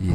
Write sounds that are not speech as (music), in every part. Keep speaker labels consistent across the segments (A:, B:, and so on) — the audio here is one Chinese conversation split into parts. A: 以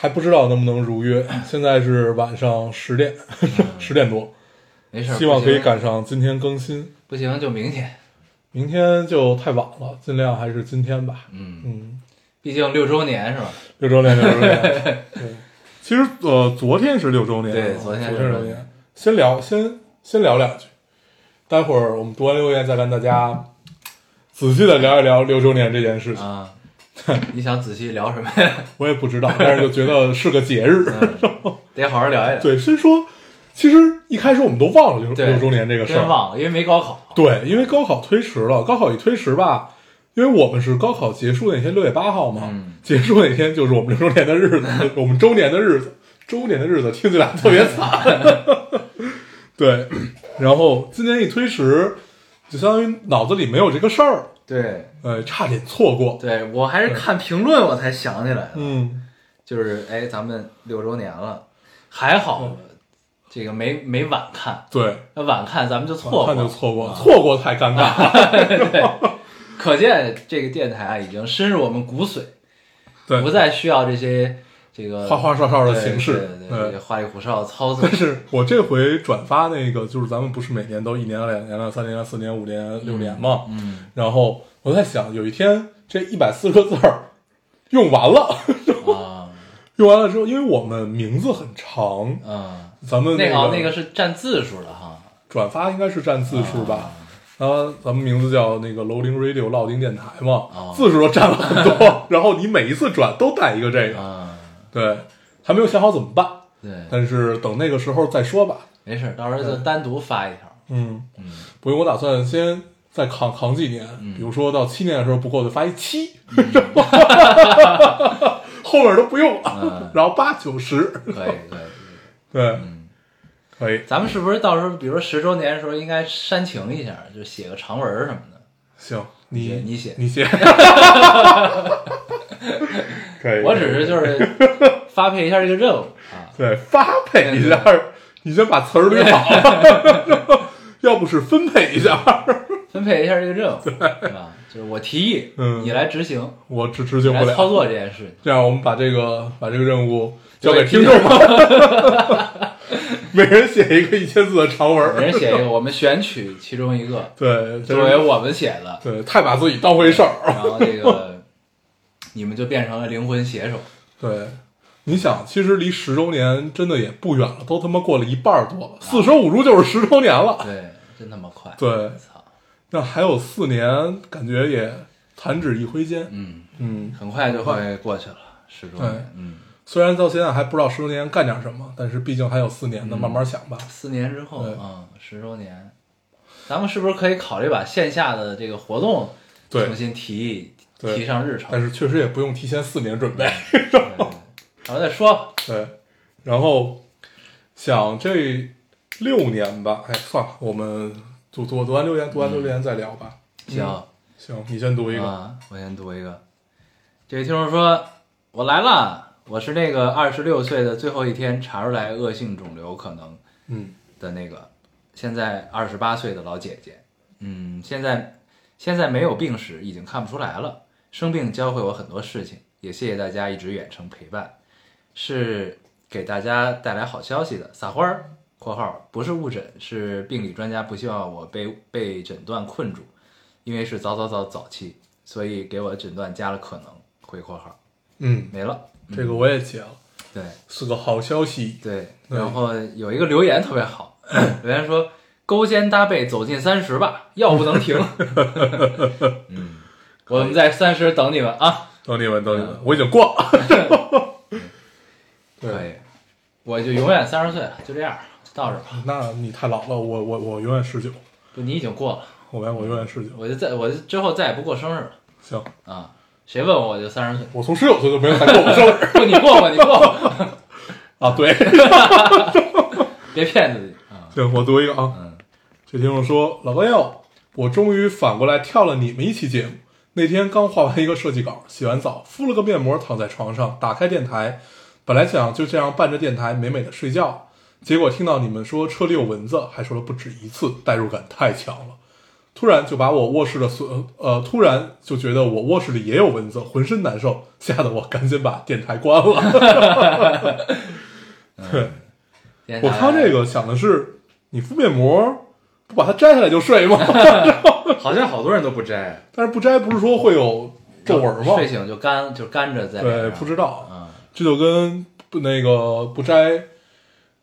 B: 还不知道能不能如约。现在是晚上十点， (laughs) 十点多，
A: 嗯没事儿，
B: 希望
A: 不
B: 可
A: 行
B: 以赶上今天更新。
A: 不行就明天。
B: 明天就太晚了，尽量还是今天吧。
A: 嗯，
B: 嗯，
A: 毕竟六周年是吧？
B: 六周年，六
A: (laughs)
B: 周年。对，其实呃，昨天是六周年，
A: 对
B: 啊
A: 昨
B: 昨
A: 天是
B: 是
A: 六周年
B: 周年。先聊，先先聊两句，待会儿我们读完留言再跟大家仔细的聊一聊六周年这件事情。 (laughs)
A: 啊，你想仔细聊什么呀？
B: 我也不知道，但是就觉得是个节
A: (laughs)
B: 日。
A: 嗯得好好聊一聊。
B: 对，先说，其实一开始我们都忘了六
A: 对
B: 六周年这个事
A: 真
B: 儿。
A: 忘了，因为没高考。
B: 对，因为高考推迟了，高考一推迟吧，因为我们是高考结束那天六月八号嘛，
A: 嗯
B: 结束那天就是我们六周年的日子， (laughs) 我们周年的日子，周年的日子听起来特别惨。 (laughs) 对，然后今年一推迟，就相当于脑子里没有这个事儿，
A: 对
B: 呃，差点错过。
A: 对，我还是看评论我才想起来的，
B: 嗯，
A: 就是哎，咱们六周年了，嗯还好这个没没晚看，
B: 对，
A: 要晚看咱们就错过
B: 晚看
A: 了，
B: 就错过，了，
A: 啊
B: 错过太尴尬了。
A: (laughs) 可见这个电台啊已经深入我们骨髓，
B: 对
A: 不，再需要这些这个
B: 花花哨哨的形式，
A: 对对对，
B: 嗯
A: 这花里胡哨的操作
B: 但。是我这回转发那个，就是咱们不是每年都一年、两年、三年、四年、五年、六年嘛，
A: 嗯，
B: 然后我在想，有一天这一百四十个字儿用完了，
A: 啊
B: 用完了之后，因为我们名字很长，
A: 嗯，
B: 咱们
A: 那
B: 个、
A: 个哦那个是占字数的哈，
B: 转发应该是占字数
A: 啊
B: 吧。然后咱们名字叫那个 Loading Radio 老丁电台嘛，
A: 啊
B: 字数都占了
A: (laughs)
B: 很多。然后你每一次转都带一个这个，
A: 啊，
B: 对，还没有想好怎么办，
A: 对，
B: 但是等那个时候再说吧。
A: 没事儿，到时候就单独发一条。
B: 嗯
A: 嗯，
B: 不用，我打算先再扛扛几年，比如说到七年的时候不够就发一七，
A: 嗯
B: (laughs) 后面都不用了，
A: 嗯
B: 然后八九十，
A: 可以可以，
B: 对，可以
A: 咱们是不是到时候，比如说十周年的时候，应该煽情一下，就写个长文儿什么的？
B: 行，
A: 你
B: 你
A: 你写
B: 你写，
A: (laughs)
B: 可以，
A: 我只是就是
B: (laughs)
A: 发配一下这个任务啊，
B: 对发配一下，
A: 嗯
B: 你先把词儿捋好， (laughs) 要不是分配一下， (laughs)
A: 分配一下这个任务，对吧？就是我提议，
B: 嗯
A: 你来执行，
B: 我执执
A: 你
B: 行
A: 来
B: 不了，
A: 操作这件事情。
B: 这样，我们把这个把这个任务交
A: 对
B: 给听众吧， (laughs) 每人写一个一千字的长文
A: 每
B: 儿。
A: 人写一个，我们选取其中一个
B: (laughs) 对，
A: 作为
B: 这
A: 我们写的，
B: 对，太把自己当回事儿。
A: 然后这个你们就变成了灵魂写手。
B: 对，你想，其实离十周年真的也不远了，都他妈过了一半儿多
A: 啊
B: 了，四舍五入就是十周年了。
A: 对，真他妈快！
B: 对，
A: 操，
B: 那还有四年，感觉也弹指一挥间。
A: 嗯，
B: 嗯，
A: 很快就会过去了，十周
B: 对
A: 年，嗯，
B: 虽然到现在还不知道十周年干点什么，但是毕竟还有四
A: 嗯
B: 年呢，慢慢想吧。
A: 四年之后，
B: 对
A: 嗯，十周年，咱们是不是可以考虑把线下的这个活动
B: 对
A: 重新提议
B: 对
A: 提上日程？
B: 但是确实也不用提前四年准备。
A: 对对对到时候再说吧。
B: 对，然后想这六年吧，哎，算了，我们读读读完留言，读完留言再聊吧。
A: 行，
B: 行，你先嗯读一个。
A: 嗯啊，我先读一个。这位听众说：“我来啦，我是那个二十六岁的最后一天查出来恶性肿瘤可能
B: 嗯
A: 的那个，现在二十八岁的老姐姐，嗯，现在现在没有病史，已经看不出来了。生病教会我很多事情，也谢谢大家一直远程陪伴，是给大家带来好消息的。撒欢儿（括号不是误诊，是病理专家不希望我被被诊断困住，因为是早早早早期，所以给我诊断加了可能）回括号
B: 嗯，
A: 没了。
B: 这个我也解了，
A: 对，
B: 是个好消息。
A: 对，
B: 对
A: 然后有一个留言特别好， (clears throat) 留言说勾肩搭背走进三十吧， (laughs) 药不能停。 (laughs) 嗯，我们在三十等你们啊。
B: 等你们，等你们，我已经过了。
A: (laughs) 可
B: 对，
A: 以，我就永远三十岁了，就这样，到这儿吧。
B: 那你太老了，我我我永远十九，
A: 不，你已经过了，
B: 我我永远十九。
A: 我就再我就之后再也不过生日了
B: 行，
A: 啊。谁问我我就三十岁， (laughs)
B: 我从十九岁就没有喊过我生日
A: 不你过吧，你过吧，
B: (laughs)
A: (laughs)
B: 啊。对，
A: 别骗自己啊。
B: 对，我读一个啊。
A: 嗯
B: 这听众说：“老高要，我终于反过来跳了你们一期节目。那天刚画完一个设计稿，洗完澡，敷了个面膜，躺在床上，打开电台，本来想就这样伴着电台美美的睡觉，结果听到你们说车里有蚊子，还说了不止一次，代入感太强了。突然就把我卧室的所呃，突然就觉得我卧室里也有蚊子，浑身难受，吓得我赶紧把电台关了。 (laughs)
A: 今
B: 对，
A: 天
B: 我
A: 咱
B: 看这个想的是，你敷面膜不把它摘下来就睡吗？ (laughs)
A: 好像好多人都不摘，
B: 但是不摘不是说会有皱纹吗？
A: 啊睡醒就干就干着在
B: 对，
A: 脸上
B: 不知道，
A: 啊，
B: 这就跟不那个不摘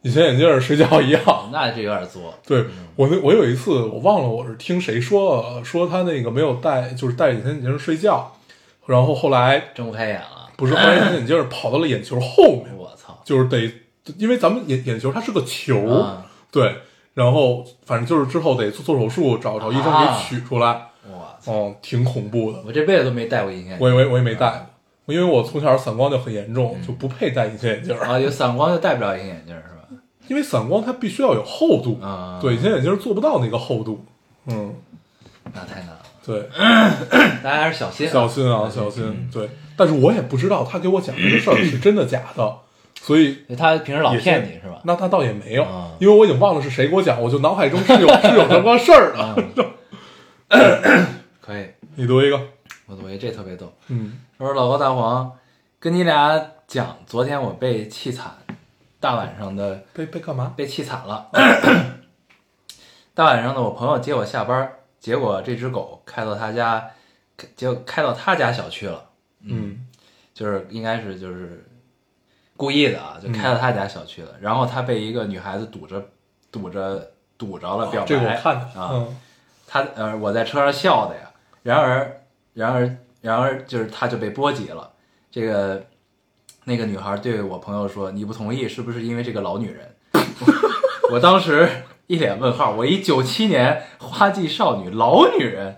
B: 隐形眼镜儿睡觉一样。
A: 那就有点作。
B: 对我那我有一次我忘了我是听谁说呃说他那个没有戴就是戴着隐形眼镜儿睡觉，然后后来
A: 睁不开眼了， (clears throat)
B: 不是后来隐形眼镜儿跑到了眼球后面，
A: 我操！
B: 就是得因为咱们眼眼球它是个球，
A: 啊
B: 对，然后反正就是之后得做做手术，找找医生
A: 啊
B: 给取出来，
A: 我操！
B: 哦、挺恐怖的。
A: 我这辈子都没戴过隐形眼
B: 我
A: 镜，
B: 也我也我也没戴，因为我从小散光就很严重，就不配戴隐形眼镜儿，
A: 啊，有散光就戴不了隐形眼镜是吧？
B: 因为散光它必须要有厚度，
A: 啊
B: (laughs) 对，隐形眼镜儿做不到那个厚度。嗯，
A: 那太难了，
B: 对，
A: 哎大家还是小心啊
B: 小心啊，小
A: 嗯
B: 心。对，但是我也不知道他给我讲这个事儿是真的假的，所以
A: 因为他平时老
B: 也
A: 骗你是吧？
B: 那他倒也没有
A: 啊，
B: 因为我已经忘了是谁给我讲，我就脑海中是有是有什么事儿
A: (laughs)
B: 的。
A: 可以，
B: 你读一个，
A: 我我觉得这特别逗。
B: 嗯，
A: 他说：“老高大黄，跟你俩讲，昨天我被气惨，大晚上的
B: 被被干嘛？
A: 被气惨了。大晚上呢，我朋友接我下班，结果这只狗开到他家，开结果开到他家小区了，
B: 嗯
A: 就是应该是就是故意的啊，就开到他家小区了。然后他被一个女孩子堵着，堵着堵着了表白，
B: 哦这个我看见
A: 啊，
B: 嗯
A: 他呃，我在车上笑的呀。然而，然而，然而，就是他就被波及了。这个那个女孩对我朋友说：“你不同意，是不是因为这个老女人？” (laughs) 我当时一脸问号，我一九七年花季少女，老女人。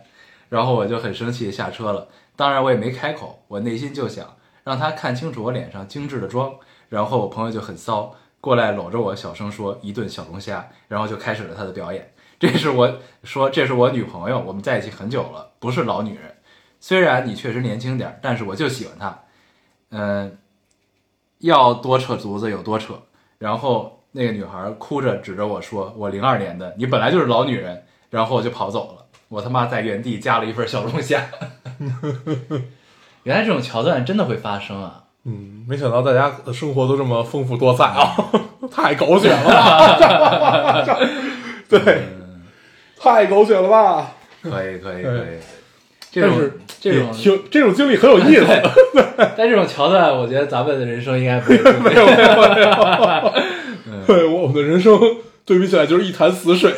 A: 然后我就很生气下车了。当然，我也没开口，我内心就想让她看清楚我脸上精致的妆。然后我朋友就很骚，过来搂着我，小声说一顿小龙虾，然后就开始了他的表演。这是我说，这是我女朋友，我们在一起很久了，不是老女人。虽然你确实年轻点儿，但是我就喜欢她。嗯、要多扯犊子有多扯。然后那个女孩哭着指着我说：“我零二年的，你本来就是老女人。”然后我就跑走了。我他妈在原地加了一份小龙虾。 (laughs) 原来这种桥段真的会发生啊！
B: 嗯，没想到大家的生活都这么丰富多彩啊， (laughs) 太狗血了吧！ (laughs) 对，太狗血了吧！
A: 可以，可以，
B: 对
A: 可以。这种这
B: 也
A: 种，
B: 挺这种经历很有意 (laughs) 思，
A: 但这种桥段，我觉得咱们的人生应该不会 (laughs)
B: 没有没有没有，对 (laughs) 我我们的人生对比起来就是一潭死水，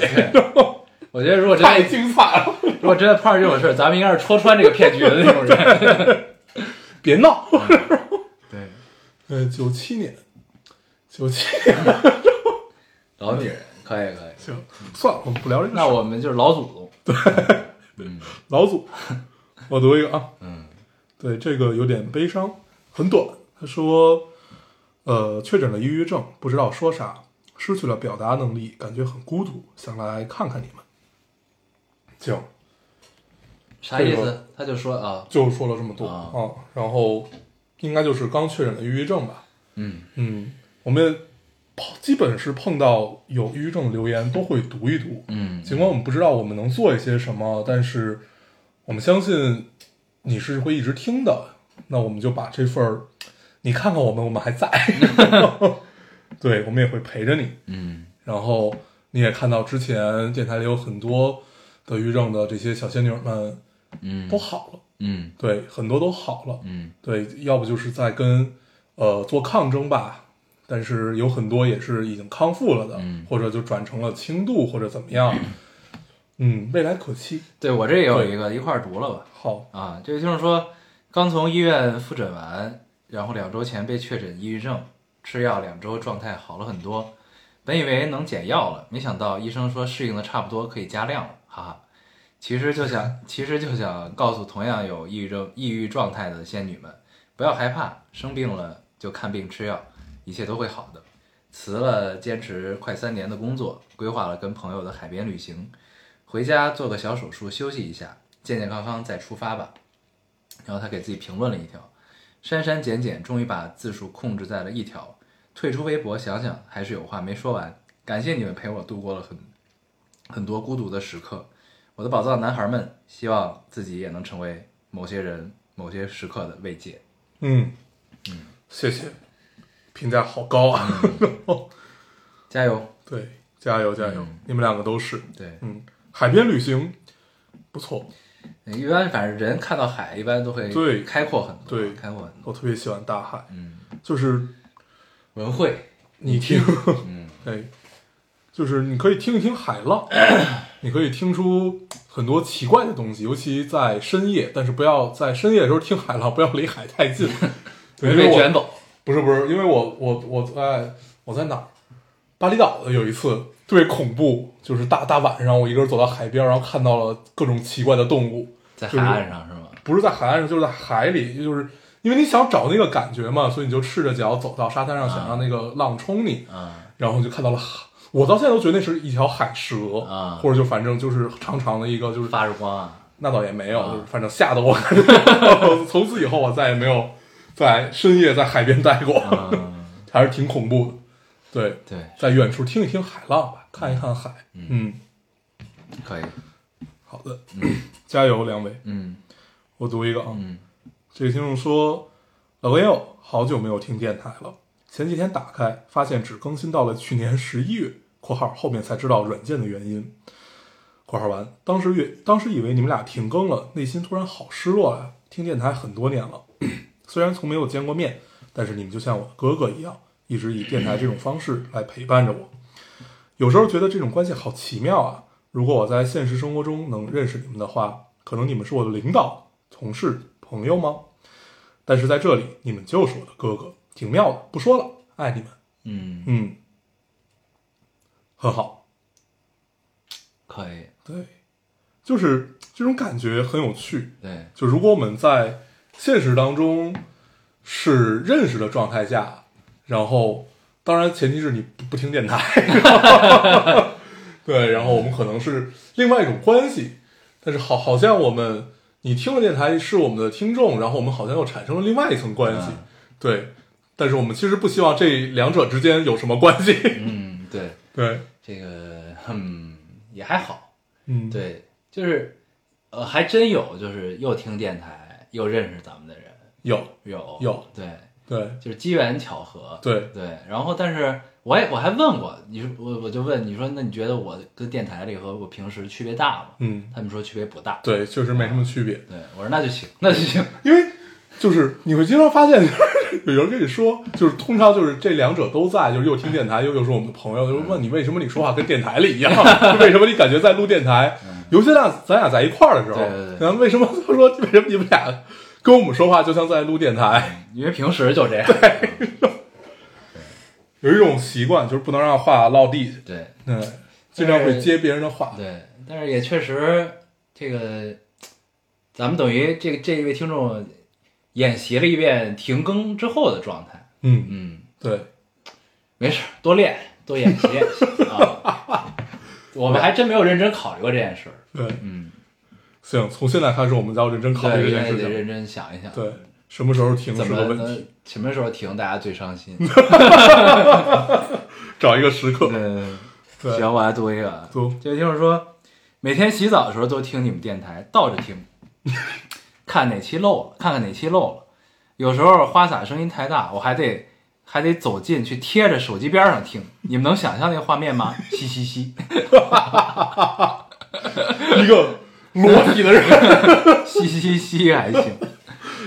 A: 我觉得如果真
B: 太
A: 的
B: 精彩了！
A: 如果真的碰上这种事儿，咱们应该是戳穿这个骗局的那种人。
B: 别闹，
A: (laughs) 对，
B: 呃，九七年，九七年，
A: 老女人可以可以。
B: 行，算了，我们不聊这个事
A: 那
B: 儿。
A: 我们就是老祖宗。 (laughs)
B: 老祖，我读一个啊，
A: 嗯，
B: 对，这个有点悲伤，很短。他说，呃，确诊了抑郁症，不知道说啥，失去了表达能力，感觉很孤独，想来看看你们。行，
A: 啥意
B: 这
A: 思
B: 个？
A: 他就说啊，
B: 就说了这么多
A: 啊
B: 然后应该就是刚确诊的抑郁症吧。
A: 嗯
B: 嗯，我们碰基本是碰到有抑郁症的留言都会读一读，
A: 嗯
B: 尽管我们不知道我们能做一些什么，但是我们相信你是会一直听的。那我们就把这份儿，你看看我们，我们还在， (laughs) 对，我们也会陪着你。
A: 嗯
B: 然后你也看到之前电台里有很多得抑郁症的这些小仙女们
A: 嗯
B: 都好了，
A: 嗯
B: 对，很多都好了。
A: 嗯
B: 对，要不就是在跟呃做抗争吧，但是有很多也是已经康复了的，
A: 嗯
B: 或者就转成了轻度或者怎么样，嗯，未来可期。
A: 对我这也有一个，一块儿读了吧。
B: 好，
A: 啊，这位听众说，刚从医院复诊完，然后两周前被确诊抑郁症，吃药两周状态好了很多，本以为能减药了，没想到医生说适应的差不多可以加量了，哈哈。其实就想，其实就想告诉同样有抑郁症、抑郁状态的仙女们，不要害怕，生病了就看病吃药，一切都会好的。辞了坚持快三年的工作，规划了跟朋友的海边旅行，回家做个小手术休息一下，健健康康再出发吧。然后他给自己评论了一条，删删减减，终于把字数控制在了一条。退出微博，想想还是有话没说完。感谢你们陪我度过了很很多孤独的时刻，我的宝藏男孩们，希望自己也能成为某些人某些时刻的慰藉。
B: 嗯，谢谢，评价好高啊！
A: 嗯加油！
B: (laughs) 对，加油加油，
A: 嗯
B: 你们两个都是，
A: 对，
B: 嗯，海边旅行不错，
A: 一般反正人看到海，一般都会
B: 对
A: 开阔很多，
B: 对
A: 开阔很多。
B: 我特别喜欢大海，
A: 嗯，
B: 就是
A: 文慧，
B: 你听，
A: 嗯，
B: 哎，就是你可以听一听海浪，你可以听出很多奇怪的东西，尤其在深夜，但是不要在深夜的时候听海浪，不要离海太近，对
A: 没
B: 因为
A: 被
B: 我
A: 卷走。
B: 不是不是，因为我我我在我在哪儿？巴厘岛的有一次特别恐怖，就是大大晚上我一个人走到海边，然后看到了各种奇怪的动物，
A: 在海岸上是吗？
B: 不是在海岸上，就是在海里，就是因为你想找那个感觉嘛，所以你就赤着脚走到沙滩上，
A: 啊
B: 想让那个浪冲你，
A: 嗯，
B: 然后就看到了海。我到现在都觉得那是一条海蛇
A: 啊
B: 或者就反正就是长长的一个，就是
A: 发着光啊，
B: 那倒也没有，
A: 啊
B: 就是反正吓得我， (laughs) 从此以后我再也没有在深夜在海边待过。
A: 嗯，
B: 还是挺恐怖的。对，
A: 对，
B: 在远处听一听海浪吧，看一看海。嗯，
A: 可以，
B: 好的， (coughs) 加油，两位。
A: 嗯
B: 我读一个啊，
A: 嗯
B: 这个听众说：“老朋友，好久没有听电台了。前几天打开，发现只更新到了去年十一月（括号后面才知道软件的原因）。”括号完，当时月当时以为你们俩停更了，内心突然好失落呀、听电台很多年了， (coughs) 虽然从没有见过面，但是你们就像我的哥哥一样，一直以电台这种方式来陪伴着我。有时候觉得这种关系好奇妙啊！如果我在现实生活中能认识你们的话，可能你们是我的领导、同事、朋友吗？但是在这里，你们就是我的哥哥，挺妙的。不说了，爱你们。
A: 嗯，
B: 嗯，很好。
A: 可以，
B: 对，就是这种感觉很有趣。
A: 对，
B: 就如果我们在现实当中是认识的状态下，然后当然前提是你不不听电台， (laughs) 对，然后我们可能是另外一种关系，但是好好像我们你听了电台是我们的听众，然后我们好像又产生了另外一层关系，
A: 嗯
B: 对，但是我们其实不希望这两者之间有什么关系，
A: 嗯对，
B: 对，
A: 这个嗯也还好，
B: 嗯，，
A: 对，就是呃还真有就是又听电台又认识咱们的人，
B: 有，
A: 有
B: 有
A: 对，
B: 对，
A: 就是机缘巧合，
B: 对，
A: 对，然后但是我也我还问过你说我我就问你说那你觉得我跟电台里和我平时区别大吗？
B: 嗯，
A: 他们说区别不大，
B: 对，确实没什么区别，
A: 对我说那就行，那就行，
B: 因为就是你会经常发现，有人跟你说，就是通常就是这两者都在，就是又听电台，又又是我们的朋友，就是问你为什么你说话跟电台
A: (laughs)
B: 里一样，为什么你感觉在录电台？尤其咱俩咱俩在一块儿的时候，
A: 对对对
B: 然后为什么他说为什么你们俩跟我们说话就像在录电台？
A: 因为平时就这样，
B: 有一种习惯就是不能让话落地，
A: 对
B: 嗯，经常会接别人的话，
A: 对，但是也确实这个咱们等于这个这一位听众演习了一遍停更之后的状态，
B: 嗯，
A: 嗯，
B: 对，
A: 没事，多练多演习练习啊。
B: (laughs)
A: 我们还真没有认真考虑过这件事儿，
B: 对，
A: 嗯，
B: 行，从现在开始我们就要认真考虑这
A: 对，
B: 件
A: 得
B: 事
A: 得
B: 情，
A: 认真想一想，
B: 对，什么时候停
A: 怎
B: 是
A: 么
B: 个问
A: 能
B: 题，
A: 什么时候停，大家最伤
B: (laughs)
A: 心。
B: 找一个时刻，
A: 嗯，
B: 对
A: 行，我来读一个啊，
B: 读
A: 这位听众说，每天洗澡的时候都听你们电台，倒着听， (laughs) 看哪期漏了，看看哪期漏了。有时候花洒声音太大，我还得还得走近去贴着手机边上听。你们能想象那个画面吗？ (laughs) 嘻嘻嘻，
B: (laughs) 一个裸体的人。
A: 嘻嘻嘻还行。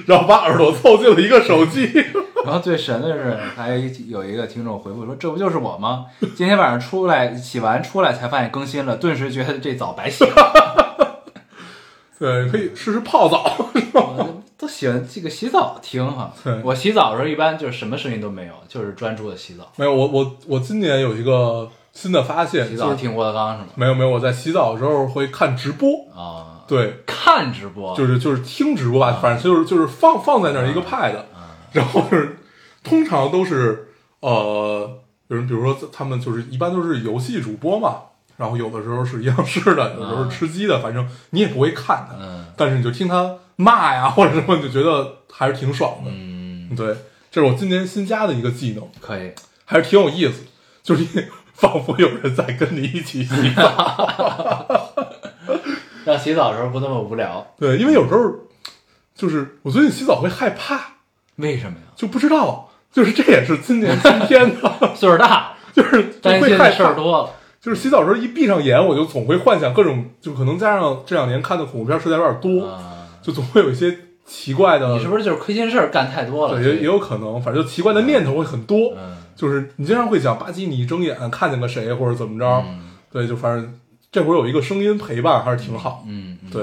B: 然后把耳朵凑近了一个手机。 (laughs)
A: 然后最神的是，还有一有一个听众回复说：“这不就是我吗？今天晚上出来洗完出来才发现更新了，顿时觉得这澡白洗了。
B: 对，可以试试泡澡。 (laughs)
A: 我都喜欢这个洗澡听哈
B: 对。
A: 我洗澡的时候一般就是什么声音都没有，就是专注的洗澡。
B: 没有，我我我今年有一个新的发现，
A: 洗
B: 就
A: 澡
B: 是
A: 听郭德纲是吗？
B: 没有没有，我在洗澡的时候会看直播，
A: 啊，
B: 对，
A: 看直播
B: 就是就是听直播吧，反
A: 啊
B: 正就是就是放放在那儿一个 pad，然后是通常都是呃，有人比如说他们就是一般都是游戏主播嘛，然后有的时候是央视的，有的时候是吃鸡的，反正你也不会看的，
A: 啊嗯
B: 但是你就听他骂呀或者什么，你就觉得还是挺爽的。
A: 嗯，
B: 对，这是我今年新加的一个技能，
A: 可以，
B: 还是挺有意思，就是你 (laughs) 仿佛有人在跟你一起洗澡。 (laughs)
A: 让洗澡的时候不那么无聊。
B: 对，因为有时候就是我最近洗澡会害怕，
A: 为什么呀？
B: 就不知道，就是这也是今年今天的， (laughs)
A: 岁数大了，
B: 就是就
A: 担
B: 会
A: 心
B: 害
A: 的事儿
B: 怕。
A: 多了。
B: 就是洗澡的时候一闭上眼，我就总会幻想各种，就可能加上这两年看的恐怖片实在有点多，
A: 啊，
B: 就总会有一些奇怪的，
A: 你是不是就是亏心事儿干太多了？
B: 对也也有可能，反正就奇怪的念头会很多。
A: 嗯
B: 就是你经常会想吧唧，你一睁眼看见个谁或者怎么着，
A: 嗯
B: 对，就反正这会儿有一个声音陪伴还是挺好。
A: 嗯，嗯
B: 对，，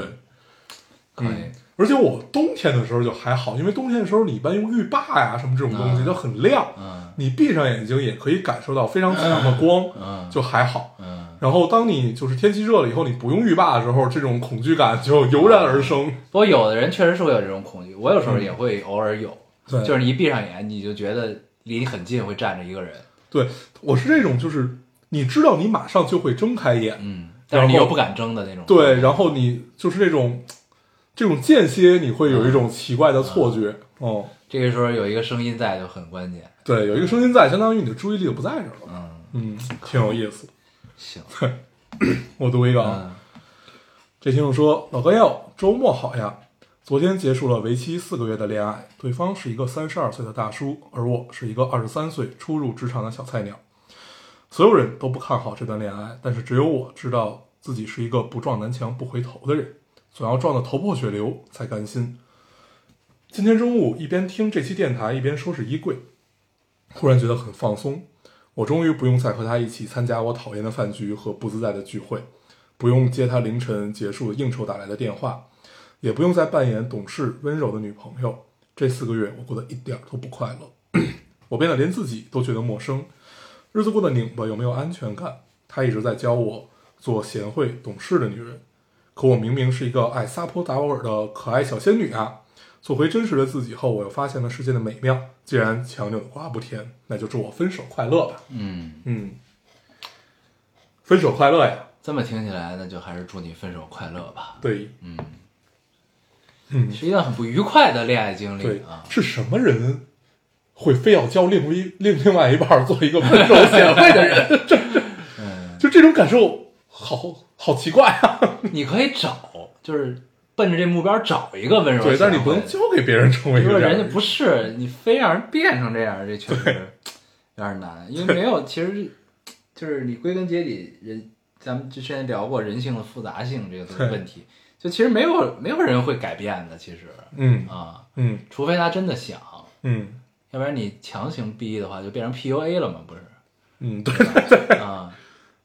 A: 可以，
B: 而且我冬天的时候就还好，因为冬天的时候你一般用浴霸呀什么这种东西
A: 嗯
B: 就很亮，
A: 嗯
B: 你闭上眼睛也可以感受到非常强的光，
A: 嗯
B: 就还好。
A: 嗯。
B: 然后当你就是天气热了以后，你不用浴霸的时候，这种恐惧感就油然而生。
A: 不过有的人确实是会有这种恐惧，我有时候也会偶尔有，
B: 嗯对
A: 就是你一闭上眼，你就觉得离你很近会站着一个人，
B: 对，我是这种，就是你知道你马上就会睁开眼，
A: 嗯，但是你又不敢睁的那种。
B: 对，然后你就是这种这种间歇，你会有一种奇怪的错觉。
A: 嗯
B: 哦、
A: 这个时候有一个声音在就很关键。
B: 对，有一个声音在，相当于你的注意力就不在这儿了。
A: 嗯，
B: 嗯，挺有意思。
A: 行，
B: 我读一个啊。
A: 嗯
B: 这听众说：“老高要周末好呀，昨天结束了为期四个月的恋爱，对方是一个三十二岁的大叔，而我是一个二十三岁初入职场的小菜鸟。所有人都不看好这段恋爱，但是只有我知道自己是一个不撞南墙不回头的人，总要撞得头破血流才甘心。”今天中午一边听这期电台，一边收拾衣柜，忽然觉得很放松。我终于不用再和他一起参加我讨厌的饭局和不自在的聚会。不用接他凌晨结束应酬打来的电话，也不用再扮演懂事温柔的女朋友。这四个月我过得一点儿都不快乐， (clears throat) 我变得连自己都觉得陌生，日子过得拧巴又没有安全感。他一直在教我做贤惠懂事的女人，可我明明是一个爱撒泼打滚的可爱小仙女啊！做回真实的自己后，我又发现了世界的美妙。既然强扭的瓜不甜，那就祝我分手快乐吧。
A: 嗯，
B: 嗯，分手快乐呀！
A: 这么听起来，那就还是祝你分手快乐吧。
B: 对，
A: 嗯，
B: 嗯，
A: 是一段很不愉快的恋爱经
B: 对
A: 历啊，。
B: 是什么人会非要教另一 (laughs) 另另外一半做一个温
A: (laughs)
B: 柔贤惠的人？这
A: 嗯，
B: (laughs) 就这种感受，好好奇怪啊！
A: 你可以找，就是奔着这目标找一个温柔。
B: 对，但是你不能教给别人成为一
A: 如
B: 个
A: 果
B: 这样
A: 人
B: 的
A: 家不是你，非让人变成这样，这确实有点难，
B: (laughs)
A: 因为没有，其实就是你归根结底，人咱们之前聊过人性的复杂性这个东西
B: 对
A: 问题，就其实没有没有人会改变的，其实
B: 嗯
A: 啊，
B: 嗯
A: 除非他真的想，
B: 嗯
A: 要不然你强行逼的话，就变成 PUA 了嘛，不是
B: 嗯，对 (laughs)
A: 啊？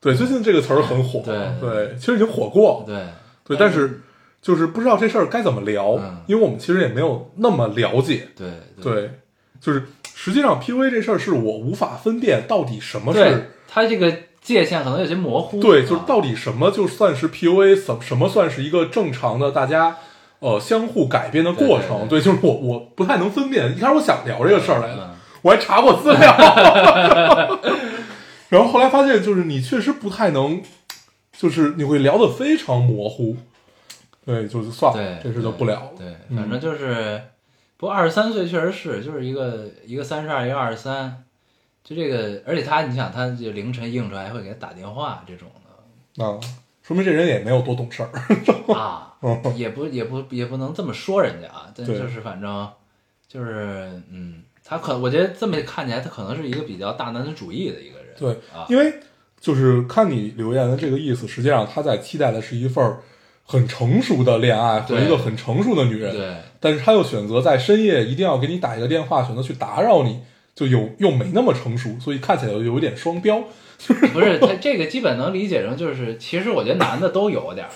B: 对，最近这个词儿很火，
A: 对
B: 对，其实已经火过，
A: 对，
B: 对，但是就是不知道这事儿该怎么聊
A: 嗯，
B: 因为我们其实也没有那么了解，
A: 对
B: 对，就是实际上 PUA 这事儿是我无法分辨到底什么是
A: 对，他这个界限可能有些模糊，
B: 对，就是
A: 啊
B: 到底什么就算是 PUA，什什么算是一个正常的大家呃相互改变的过程？对，就是我我不太能分辨。一开始我想聊这个事儿来的
A: 嗯，
B: 我还查过资料， (laughs) 然后后来发现就是你确实不太能，就是你会聊得非常模糊。对，就是算了
A: 对，，
B: 这事就不聊了。
A: 对，对
B: 嗯
A: 反正就是，不过二十三岁确实是，就是一个一个三十二，一个二十三，就这个，而且他，你想，他就凌晨应酬还会给他打电话这种
B: 啊，说明这人也没有多懂事儿。 (laughs)
A: 的啊，也不也不也不能这么说人家啊，但
B: 对
A: 就是反正就是嗯，他可我觉得这么看起来，他可能是一个比较大男子主义的一个人，
B: 对，
A: 啊，
B: 因为就是看你留言的这个意思，实际上他在期待的是一份儿很成熟的恋爱和
A: 对
B: 一个很成熟的女人，
A: 对
B: 但是他又选择在深夜一定要给你打一个电话，选择去打扰你，就有又没那么成熟，所以看起来有一点双标。
A: 不是他这个基本能理解成就是，其实我觉得男的都有点儿，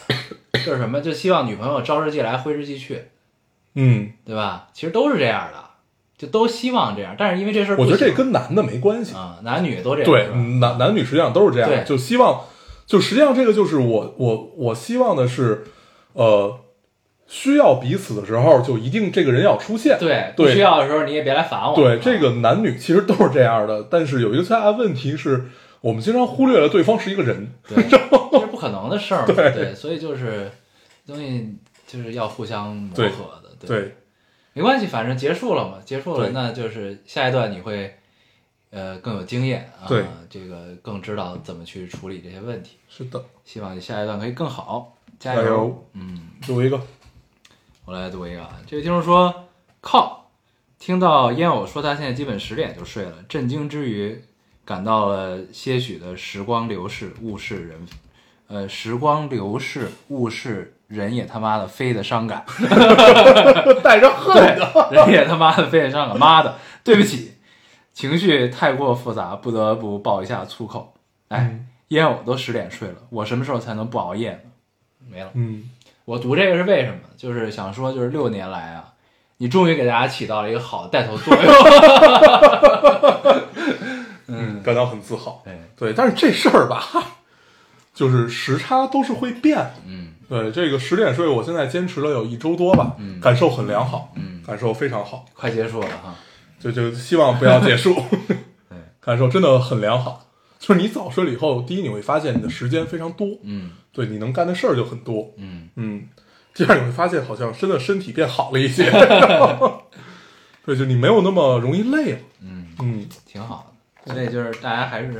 A: 就是什么，就希望女朋友招之即来挥之即去，
B: 嗯，
A: 对吧？其实都是这样的，就都希望这样，但是因为这事儿不
B: 我
A: 行，
B: 觉得这跟男的没关系，
A: 啊男女都这样，
B: 对嗯
A: 是吧，
B: 男男女实际上都是这
A: 对
B: 样，就希望，就实际上这个就是我我我希望的是，呃，需要彼此的时候，就一定这个人要出现，
A: 对，不
B: 对
A: 需要的时候你也别来烦我，
B: 对，
A: 啊
B: 这个男女其实都是这样的，但是有一个最大的问题是，我们经常忽略了对方是一个人，
A: 对， (laughs) 这是不可能的事儿嘛，
B: 对
A: 对，所以就是东西就是要互相磨
B: 对
A: 合的，对，
B: 对
A: 没关系，反正结束了嘛，结束了，
B: 对
A: 那就是下一段你会呃更有经验啊，
B: 对，
A: 这个更知道怎么去处理这些问题，
B: 是的，
A: 希望你下一段可以更好，加
B: 加油
A: 嗯。
B: 有一个 (laughs)
A: 我来读一个啊，这位听众说：“靠！”听到烟偶说他现在基本十点就睡了，震惊之余感到了些许的时光流逝，物是人，呃，时光流逝，物是人也他妈的飞的伤感，
B: 带着
A: (laughs)
B: 恨的，
A: 人也他妈的飞的伤感，妈的，对不起，情绪太过复杂，不得不爆一下粗口。哎，
B: 嗯
A: 烟偶都十点睡了，我什么时候才能不熬夜呢？没了。
B: 嗯，
A: 我读这个是为什么？就是想说，就是六年来啊，你终于给大家起到了一个好的带头作用。 (laughs)
B: 嗯，感到很自豪，
A: 对，
B: 对，但是这事儿吧， (laughs) 就是时差都是会变的。
A: 嗯
B: 对，这个十点睡，我现在坚持了有一周多吧，
A: 嗯
B: 感受很良好，
A: 嗯，
B: 感受非常好，
A: 快结束了哈。
B: 就就希望不要结
A: (laughs)
B: 束，感受真的很良好。就是你早睡了以后，第一你会发现你的时间非常多，
A: 嗯
B: 对，你能干的事儿就很多，
A: 嗯，
B: 嗯。第二你会发现好像真的身体变好了一
A: (laughs)
B: 些，对，就你没有那么容易累了，
A: 嗯
B: 嗯，
A: 挺好的。所以就是大家还是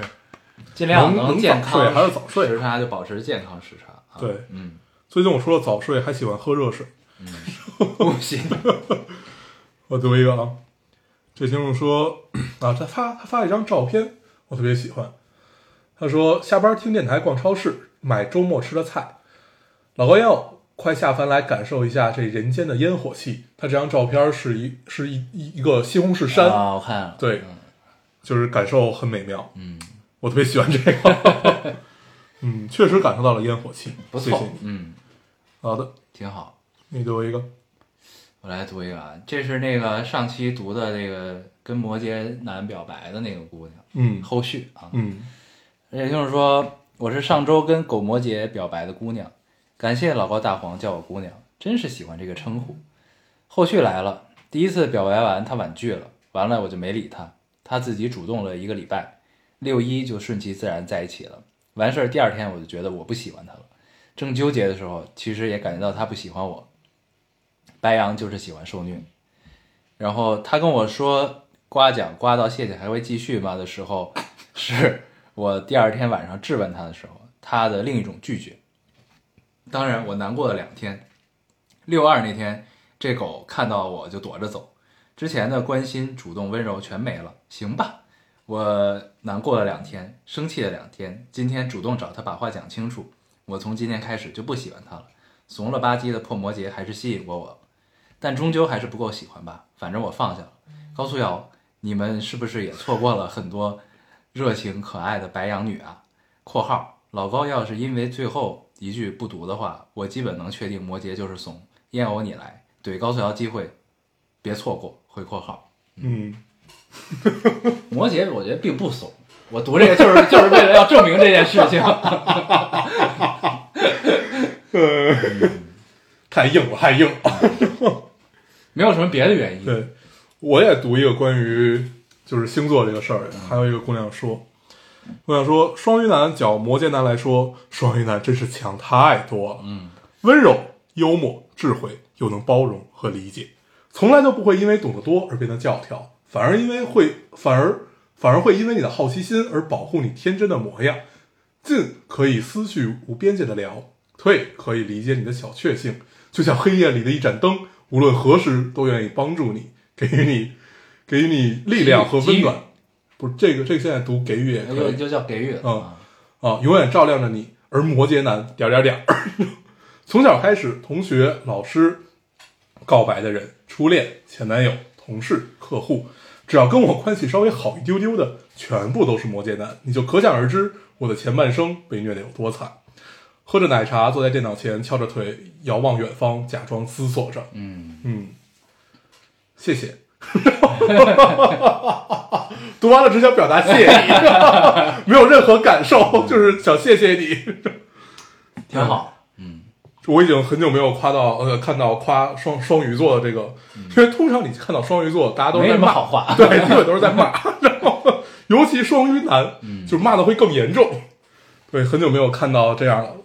A: 尽量
B: 能能
A: 健
B: 早睡
A: 康，
B: 还是早睡，
A: 时差就保持健康时差啊。
B: 对
A: 嗯，
B: 最近我除了早睡，还喜欢喝热水。
A: 不行。
B: (laughs) 我读一个啊，这听众说 (clears throat) 啊，他发他发了一张照片，我特别喜欢。他说下班听电台、逛超市、买周末吃的菜。老高烟友，快下凡来感受一下这人间的烟火气。他这张照片是一是一一一个西红柿山，
A: 啊，我看了。
B: 对
A: 嗯
B: 就是感受很美妙。
A: 嗯，
B: 我特别喜欢这个， (laughs) 嗯，确实感受到了烟火气，
A: 不
B: 谢谢
A: 错
B: 你。。
A: 嗯，
B: 好的，
A: 挺好。
B: 你给我一个，
A: 我来读一个啊，这是那个上期读的那个跟摩羯男表白的那个姑娘，
B: 嗯
A: 后续啊。
B: 嗯，
A: 也就是说，我是上周跟狗摩羯表白的姑娘，感谢老高大黄叫我姑娘，真是喜欢这个称呼。后续来了，第一次表白完他婉拒了，完了我就没理他，他自己主动了一个礼拜，六一就顺其自然在一起了。完事儿第二天我就觉得我不喜欢他了，正纠结的时候，其实也感觉到他不喜欢我。白羊就是喜欢受虐，然后他跟我说刮奖刮到谢谢还会继续吗的时候，是我第二天晚上质问他的时候，他的另一种拒绝。当然，我难过了两天。六二那天，这狗看到我就躲着走，之前的关心、主动、温柔全没了。行吧，我难过了两天，生气了两天，今天主动找他把话讲清楚。我从今天开始就不喜欢他了。怂了吧唧的破摩羯还是吸引过我，但终究还是不够喜欢吧。反正我放下了。高素瑶，你们是不是也错过了很多热情可爱的白羊女啊？（括号老高要是因为最后一句不读的话，我基本能确定摩羯就是怂。燕偶你来怼高素瑶机会，别错过。）回括号。
B: 嗯，
A: 摩羯我觉得并不怂，我读这个就是 (laughs) 就是为了要证明这件事 (laughs) 情。
B: 太硬了，太硬了。
A: 没有什么别的原因。
B: 对，我也读一个关于就是星座这个事儿，
A: 嗯
B: 还有一个姑娘说，姑娘说双鱼男较摩羯男来说，双鱼男真是强太多了，嗯，温柔、幽默、智慧，又能包容和理解，从来都不会因为懂得多而变得教条，反而因为会反而反而会因为你的好奇心而保护你天真的模样，进可以思绪无边界的聊，退可以理解你的小确幸，就像黑夜里的一盏灯，无论何时都愿意帮助你，给予你给予你力量和温
A: 给哎
B: 暖。不是这个，这个现在读给予也可
A: 又
B: 以
A: 又叫给予了。
B: 嗯啊，永远照亮着你。而摩羯男点儿点儿点儿， (laughs) 从小开始，同学、老师、告白的人、初恋、前男友、同事、客户，只要跟我关系稍微好一丢丢的，全部都是摩羯男，你就可想而知我的前半生被虐得有多惨。喝着奶茶，坐在电脑前，翘着腿遥望远方，假装思索着。
A: 嗯，
B: 嗯嗯，谢谢。 (laughs) 读完了只想表达谢谢你， (laughs) 没有任何感受，就是想谢谢你。
A: 挺好。
B: 我已经很久没有夸到呃看到夸双双鱼座的这个，因为通常你看到双鱼座，大家都
A: 没
B: 是在
A: 什么
B: 骂，
A: 好话
B: (laughs) 对，基本都是在骂，然后尤其双鱼男，就是骂的会更严重。对，很久没有看到这样了，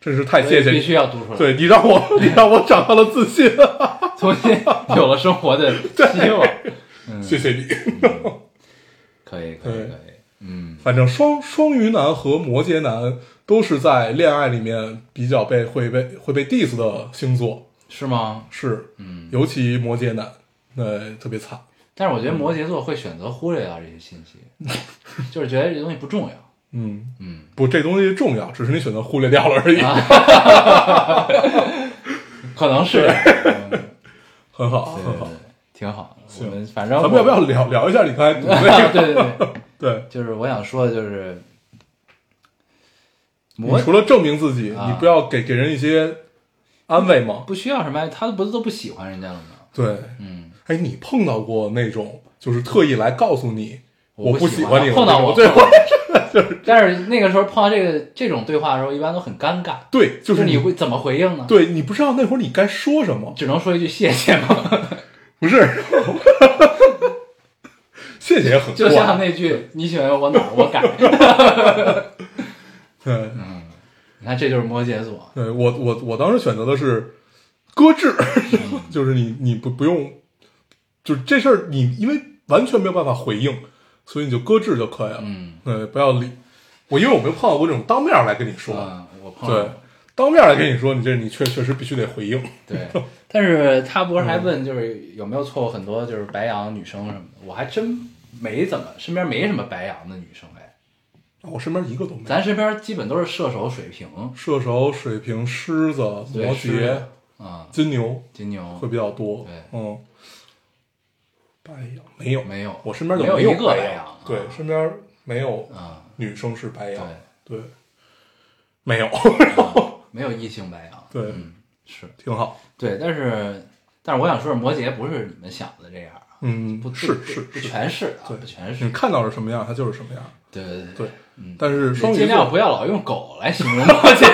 B: 真是太谢谢
A: 必
B: 你。
A: 须要读出来。
B: 对你让我，你让我找到了自信，
A: 重 (laughs) 新有了生活的希望。
B: (laughs) 谢谢你。
A: (laughs) 可以，可以，
B: 对
A: 可以。嗯，
B: 反正双双鱼男和摩羯男都是在恋爱里面比较被会被会被 diss 的星座，
A: 是吗？
B: 是，
A: 嗯，
B: 尤其摩羯男，呃，特别惨。
A: 但是我觉得摩羯座会选择忽略掉这些信息， (laughs) 就是觉得这东西不重要。
B: 嗯，
A: 嗯，
B: 不，这东西重要，只是你选择忽略掉了而已。 (laughs)
A: 可能是，嗯
B: 很好，
A: 对
B: 很
A: 对
B: 好 (laughs)
A: 对。，挺好。我
B: 行
A: 们反正
B: 咱
A: 我
B: 们要不要？聊聊一下你刚才读的那
A: 对
B: 个？
A: 对对，
B: 对，
A: 就是我想说的就是摩
B: 你除了证明自己，
A: 啊
B: 你不要给给人一些安慰吗？
A: 不需要什么，他不是都不喜欢人家了吗？
B: 对，
A: 嗯，
B: 哎，你碰到过那种就是特意来告诉你
A: 我
B: 不喜
A: 喜
B: 欢你了，
A: 碰到
B: 我
A: 我，
B: 对
A: 碰到
B: (laughs)
A: 我但是那个时候碰到这个这种对话的时候，一般都很尴尬。
B: 对，
A: 就
B: 就
A: 是
B: 是
A: 你会怎么回应呢？
B: 对你不知道那会儿你该说什么，
A: 只能说一句谢谢吗？
B: (laughs) 不是，谢谢也很
A: 就像
B: 怪，
A: 那句你喜欢我哪儿我改。 (laughs)
B: 对
A: 你看，这就是摩羯座。
B: 对，我我我当时选择的是搁置，
A: 嗯
B: (laughs) 就是你你不不用，就是这事儿你因为完全没有办法回应，所以你就搁置就可以了，
A: 嗯，
B: 对，不要理我，因为我没有碰到过这种当面来跟你说，
A: 嗯，我碰
B: 对
A: 到，
B: 当面来跟你说，你这你确确实必须得回应， (laughs)
A: 对，但是他不是
B: 嗯
A: 还问就是有没有错过很多就是白羊女生什么的，我还真没怎么身边没什么白羊的女生哎，
B: 我身边一个都没有，
A: 咱身边基本都是射手、水瓶、
B: 射手、水瓶、狮子、
A: 对
B: 摩
A: 狮
B: 羯
A: 子、啊、
B: 金牛，
A: 金牛
B: 会比较多。
A: 对
B: 嗯，白羊没有，
A: 没有，
B: 我身边就
A: 没有
B: 有
A: 一个
B: 白
A: 羊啊，
B: 对，身边没有
A: 啊，
B: 女生是白
A: 对
B: 羊，，对，没有， (laughs)
A: 啊没有异性白羊，
B: 对
A: 嗯，是
B: 挺好。
A: 对，但是但是我想说，摩羯不是你们想的这样啊，
B: 嗯
A: 不，
B: 是
A: 不
B: 是
A: 不
B: 是，
A: 全是啊，
B: 对
A: 不全是
B: 你，看到是什么样，它就是什么样。
A: 对对
B: 对，
A: 嗯
B: 但是双
A: 你
B: 鱼
A: 尽量
B: 座，
A: 不要老用狗来形容摩羯， (laughs)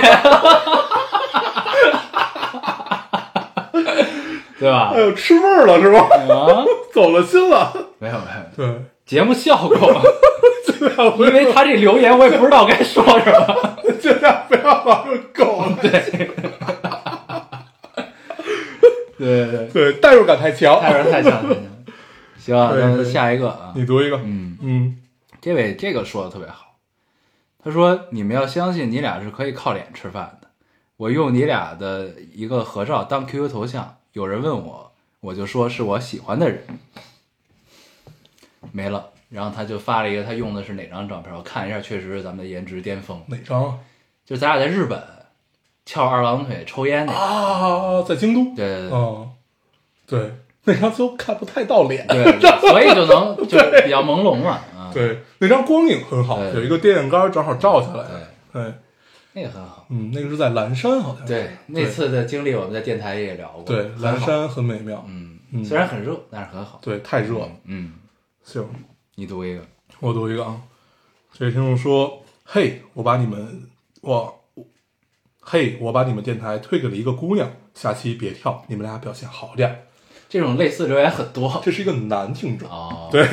A: 对吧
B: 哎？呦，吃味儿了是吧？
A: 啊，
B: (laughs) 走了心了。
A: 没有没有，
B: 对，
A: 节目效果，
B: 尽量不
A: 因为他这留言我也不知道该说什么。
B: 尽量不要老用狗。
A: 对对对，
B: 对，代入感太强。
A: 太人太强了。行啊，
B: 对
A: 咱们
B: 对
A: 下一个啊，
B: 你读一个，
A: 嗯，
B: 嗯，
A: 这位这个说的特别好，他说你们要相信你俩是可以靠脸吃饭的。我用你俩的一个合照当 QQ 头像，有人问我，我就说是我喜欢的人，没了。然后他就发了一个他用的是哪张照片，我看一下，确实是咱们的颜值巅峰，
B: 哪张啊
A: 就是咱俩在日本翘二郎腿抽烟那个。
B: 啊？在京都。
A: 对对对
B: 哦，对，那张都看不太到脸。
A: 对对啊对，所以就能就是比较朦胧嘛，啊，
B: 对，那张光影很好，
A: 对
B: 有一个电线杆正好照下来。
A: 对，
B: 对，
A: 那个很好。
B: 嗯，那个是在蓝山，好像是。
A: 对，那次的经历我们在电台也聊过，
B: 对
A: 很
B: 蓝
A: 好
B: 山很美妙。
A: 嗯，
B: 嗯
A: 虽然很热，但是很好。
B: 对，太热了。
A: 嗯，
B: 行，
A: 你读一个。
B: 我读一个啊。这位听众说：“嘿，我把你们我，嘿，我把你们电台推给了一个姑娘，下期别跳，你们俩表现好点。
A: 这种类似留言很”多
B: 这是一个男听众，
A: (laughs) 哦。
B: 对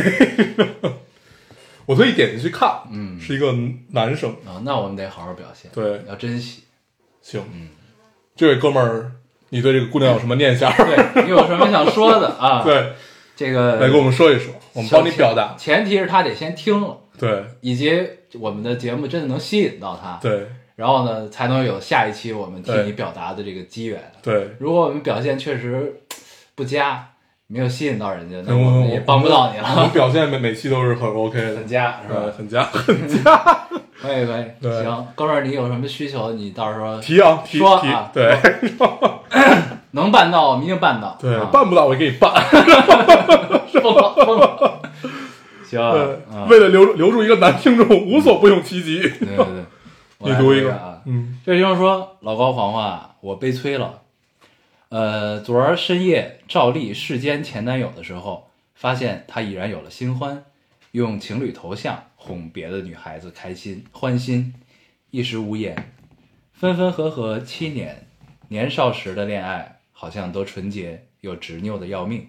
B: 我特意点进去看，
A: 嗯
B: 是一个男生。
A: 啊，那我们得好好表现，
B: 对
A: 要珍惜。
B: 行，
A: 嗯
B: 这位哥们儿，你对这个姑娘有什么念
A: (laughs)
B: 想？
A: 对，你有什么想说的啊？，
B: 对，
A: 这个
B: 来跟我们说一说，我们帮你表达。
A: 前提是他得先听了，
B: 对
A: 以及我们的节目真的能吸引到他，，
B: 对
A: 然后呢，才能有下一期我们替
B: 对
A: 你表达的这个机缘。
B: 对，
A: 如果我们表现确实不佳，没有吸引到人家，那
B: 嗯
A: 我
B: 我
A: 们也帮不到你
B: 我们
A: 了。
B: 表现每每期都是很 OK 的
A: 很，佳是
B: 呃，
A: 吧？
B: 很佳。
A: 可以可以，
B: 对
A: 行，哥们儿，你有什么需求，你到时候
B: 提啊提
A: 说
B: 提
A: 啊，
B: 对
A: 能办到，我们一定办到。
B: 对
A: 啊，
B: 办不到我也给你办。
A: 疯了疯
B: (laughs)
A: 了。行啊，
B: 对，
A: 啊
B: 为了留留住一个男听众，无所不用其极。
A: 对对对，我
B: 你
A: 来
B: 读一
A: 一
B: 个
A: 啊。
B: 嗯，
A: 这地方说老高黄话，我悲催了。呃，昨儿深夜照例世间前男友的时候，发现他已然有了新欢，用情侣头像哄别的女孩子开心欢心，一时无言。分分合合七年，年少时的恋爱好像都纯洁又执拗的要命。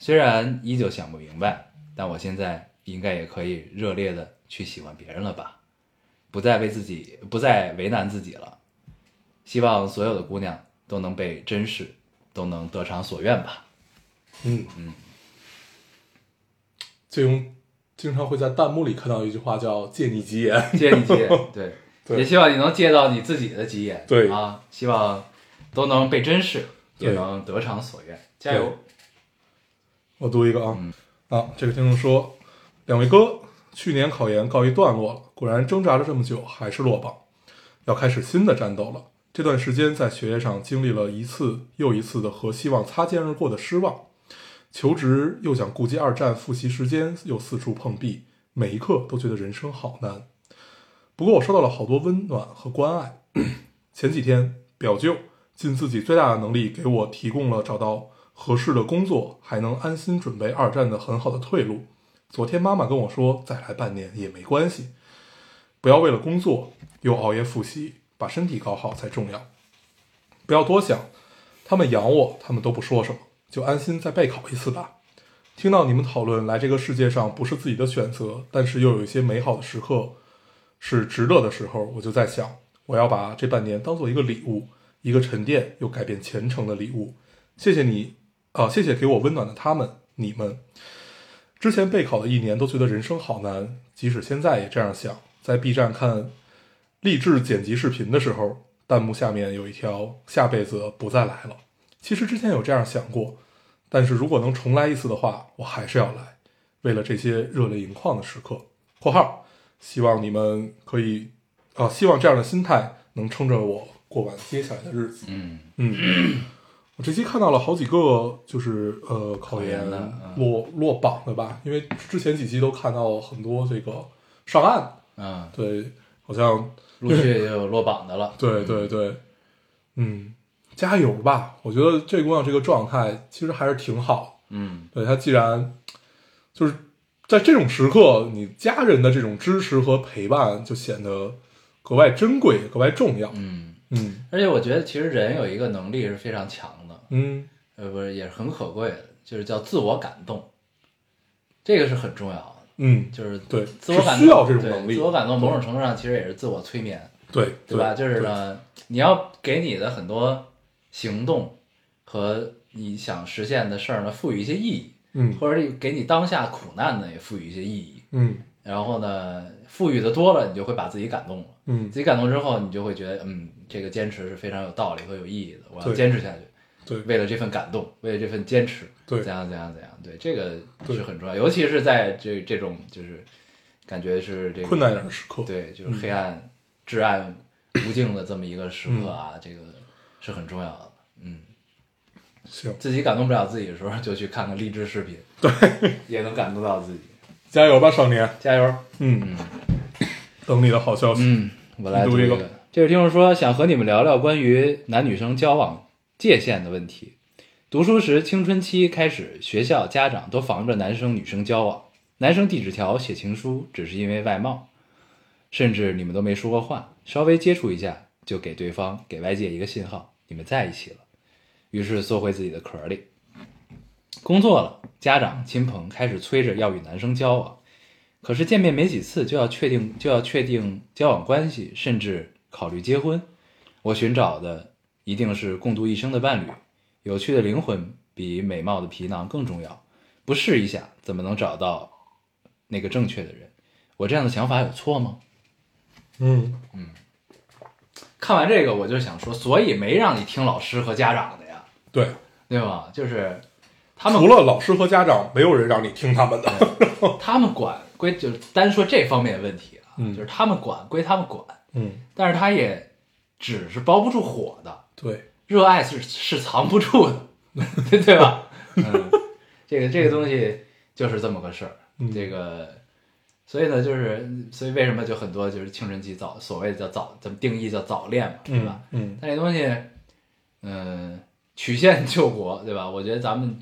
A: 虽然依旧想不明白，但我现在应该也可以热烈的去喜欢别人了吧？不再为自己，不再为难自己了。希望所有的姑娘都能被珍视，都能得偿所愿
B: (laughs)
A: 吧。
B: 嗯嗯。最终经常会在弹幕里看到一句话叫“借你吉言”，
A: 借一借，对，
B: (laughs) 对
A: 也希望你能借到你自己的吉言，
B: 对
A: 啊，希望都能被珍视，也
B: 对
A: 能得偿所愿，加油！
B: 我读一个啊、啊，这个听众说，两位哥，去年考研告一段落了，果然挣扎了这么久还是落榜，要开始新的战斗了。这段时间在学业上经历了一次又一次的和希望擦肩而过的失望，求职又想顾及二战复习时间，又四处碰壁，每一刻都觉得人生好难。不过我收到了好多温暖和关爱。前几天，表舅尽自己最大的能力给我提供了找到合适的工作，还能安心准备二战的很好的退路。昨天妈妈跟我说，再来半年也没关系，不要为了工作又熬夜复习，把身体搞好才重要。不要多想，他们养我，他们都不说什么，就安心再备考一次吧。听到你们讨论来这个世界上不是自己的选择，但是又有一些美好的时刻是值得的时候，我就在想，我要把这半年当做一个礼物，一个沉淀又改变前程的礼物。谢谢你，啊、谢谢给我温暖的他们，你们。之前备考的一年都觉得人生好难，即使现在也这样想。在 B 站看励志剪辑视频的时候，弹幕下面有一条“下辈子不再来了”。其实之前有这样想过，但是如果能重来一次的话，我还是要来，为了这些热泪盈眶的时刻。（括号）希望你们可以，啊、希望这样的心态能撑着我过完接下来的日子。
A: 嗯，
B: 嗯，
A: (clears throat)
B: 我这期看到了好几个，就是呃，考研
A: 考研的嗯
B: 落落榜的吧，因为之前几期都看到很多这个上岸，
A: 啊，
B: 对，好像
A: 陆续也有落榜的了，
B: 对对对，嗯，加油吧！我觉得这姑娘这个状态其实还是挺好，
A: 嗯，
B: 对她既然就是在这种时刻，你家人的这种支持和陪伴就显得格外珍贵、格外重要，
A: 嗯，
B: 嗯
A: 而且我觉得其实人有一个能力是非常强的，
B: 嗯
A: 呃，不是也是很可贵的，就是叫自我感动，这个是很重要的。
B: 嗯，
A: 就是
B: 对
A: 自我
B: 是
A: 感动
B: 需要这种
A: 对
B: 能力
A: 自我感动
B: 对
A: 某种程度上其实也是自我催眠，
B: 对
A: 对吧？就是
B: 对
A: 呢，你要给你的很多行动和你想实现的事儿呢，赋予一些意义，
B: 嗯
A: 或者给你当下苦难呢也赋予一些意义。
B: 嗯
A: 然后呢，赋予的多了，你就会把自己感动了。
B: 嗯，
A: 自己感动之后，你就会觉得，嗯，这个坚持是非常有道理和有意义的，我要
B: 对
A: 坚持下去。
B: 对
A: 为了这份感动，为了这份坚持，
B: 对
A: 怎样怎样怎样，对，这个
B: 对
A: 是很重要，尤其是在这这种就是感觉是这个
B: 困难一点的时嗯刻，
A: 对，就是黑暗、至暗无尽的这么一个时刻啊，
B: 嗯
A: 这个是很重要的。嗯，
B: 行，
A: 自己感动不了自己的时候，就去看看励志视频，对，也能感动到自己。
B: 加油吧，少年，
A: 加油！
B: 嗯，等你的好消息，
A: 嗯，我来
B: 你读
A: 读
B: 一
A: 一
B: 个
A: 个。这位听众说，想和你们聊聊关于男女生交往界限的问题。读书时，青春期开始，学校、家长都防着男生女生交往，男生递纸条、写情书，只是因为外貌，甚至你们都没说过话，稍微接触一下就给对方、给外界一个信号，你们在一起了，于是缩回自己的壳里。工作了，家长、亲朋开始催着要与男生交往，可是见面没几次就要确定就要确定交往关系，甚至考虑结婚。我寻找的一定是共度一生的伴侣，有趣的灵魂比美貌的皮囊更重要。不试一下，怎么能找到那个正确的人？我这样的想法有错吗？
B: 嗯，
A: 看完这个，我就想说，所以没让你听老师和家长的呀，
B: 对，
A: 对吧？就是他们
B: 除了老师和家长，没有人让你听他们的，
A: 他们管归就是单说这方面的问题啊，
B: 嗯
A: 就是他们管归他们管，
B: 嗯，
A: 但是他也只是包不住火的，
B: 对，
A: 热爱是是藏不住的， (laughs) 对对吧？嗯，这个这个东西就是这么个事儿，
B: 嗯
A: 这个，所以呢，就是所以为什么就很多就是青春期早
B: 嗯
A: 所谓的叫早，咱们定义叫早恋嘛，对吧？
B: 嗯嗯
A: 但这东西，嗯、曲线救国，对吧？我觉得咱们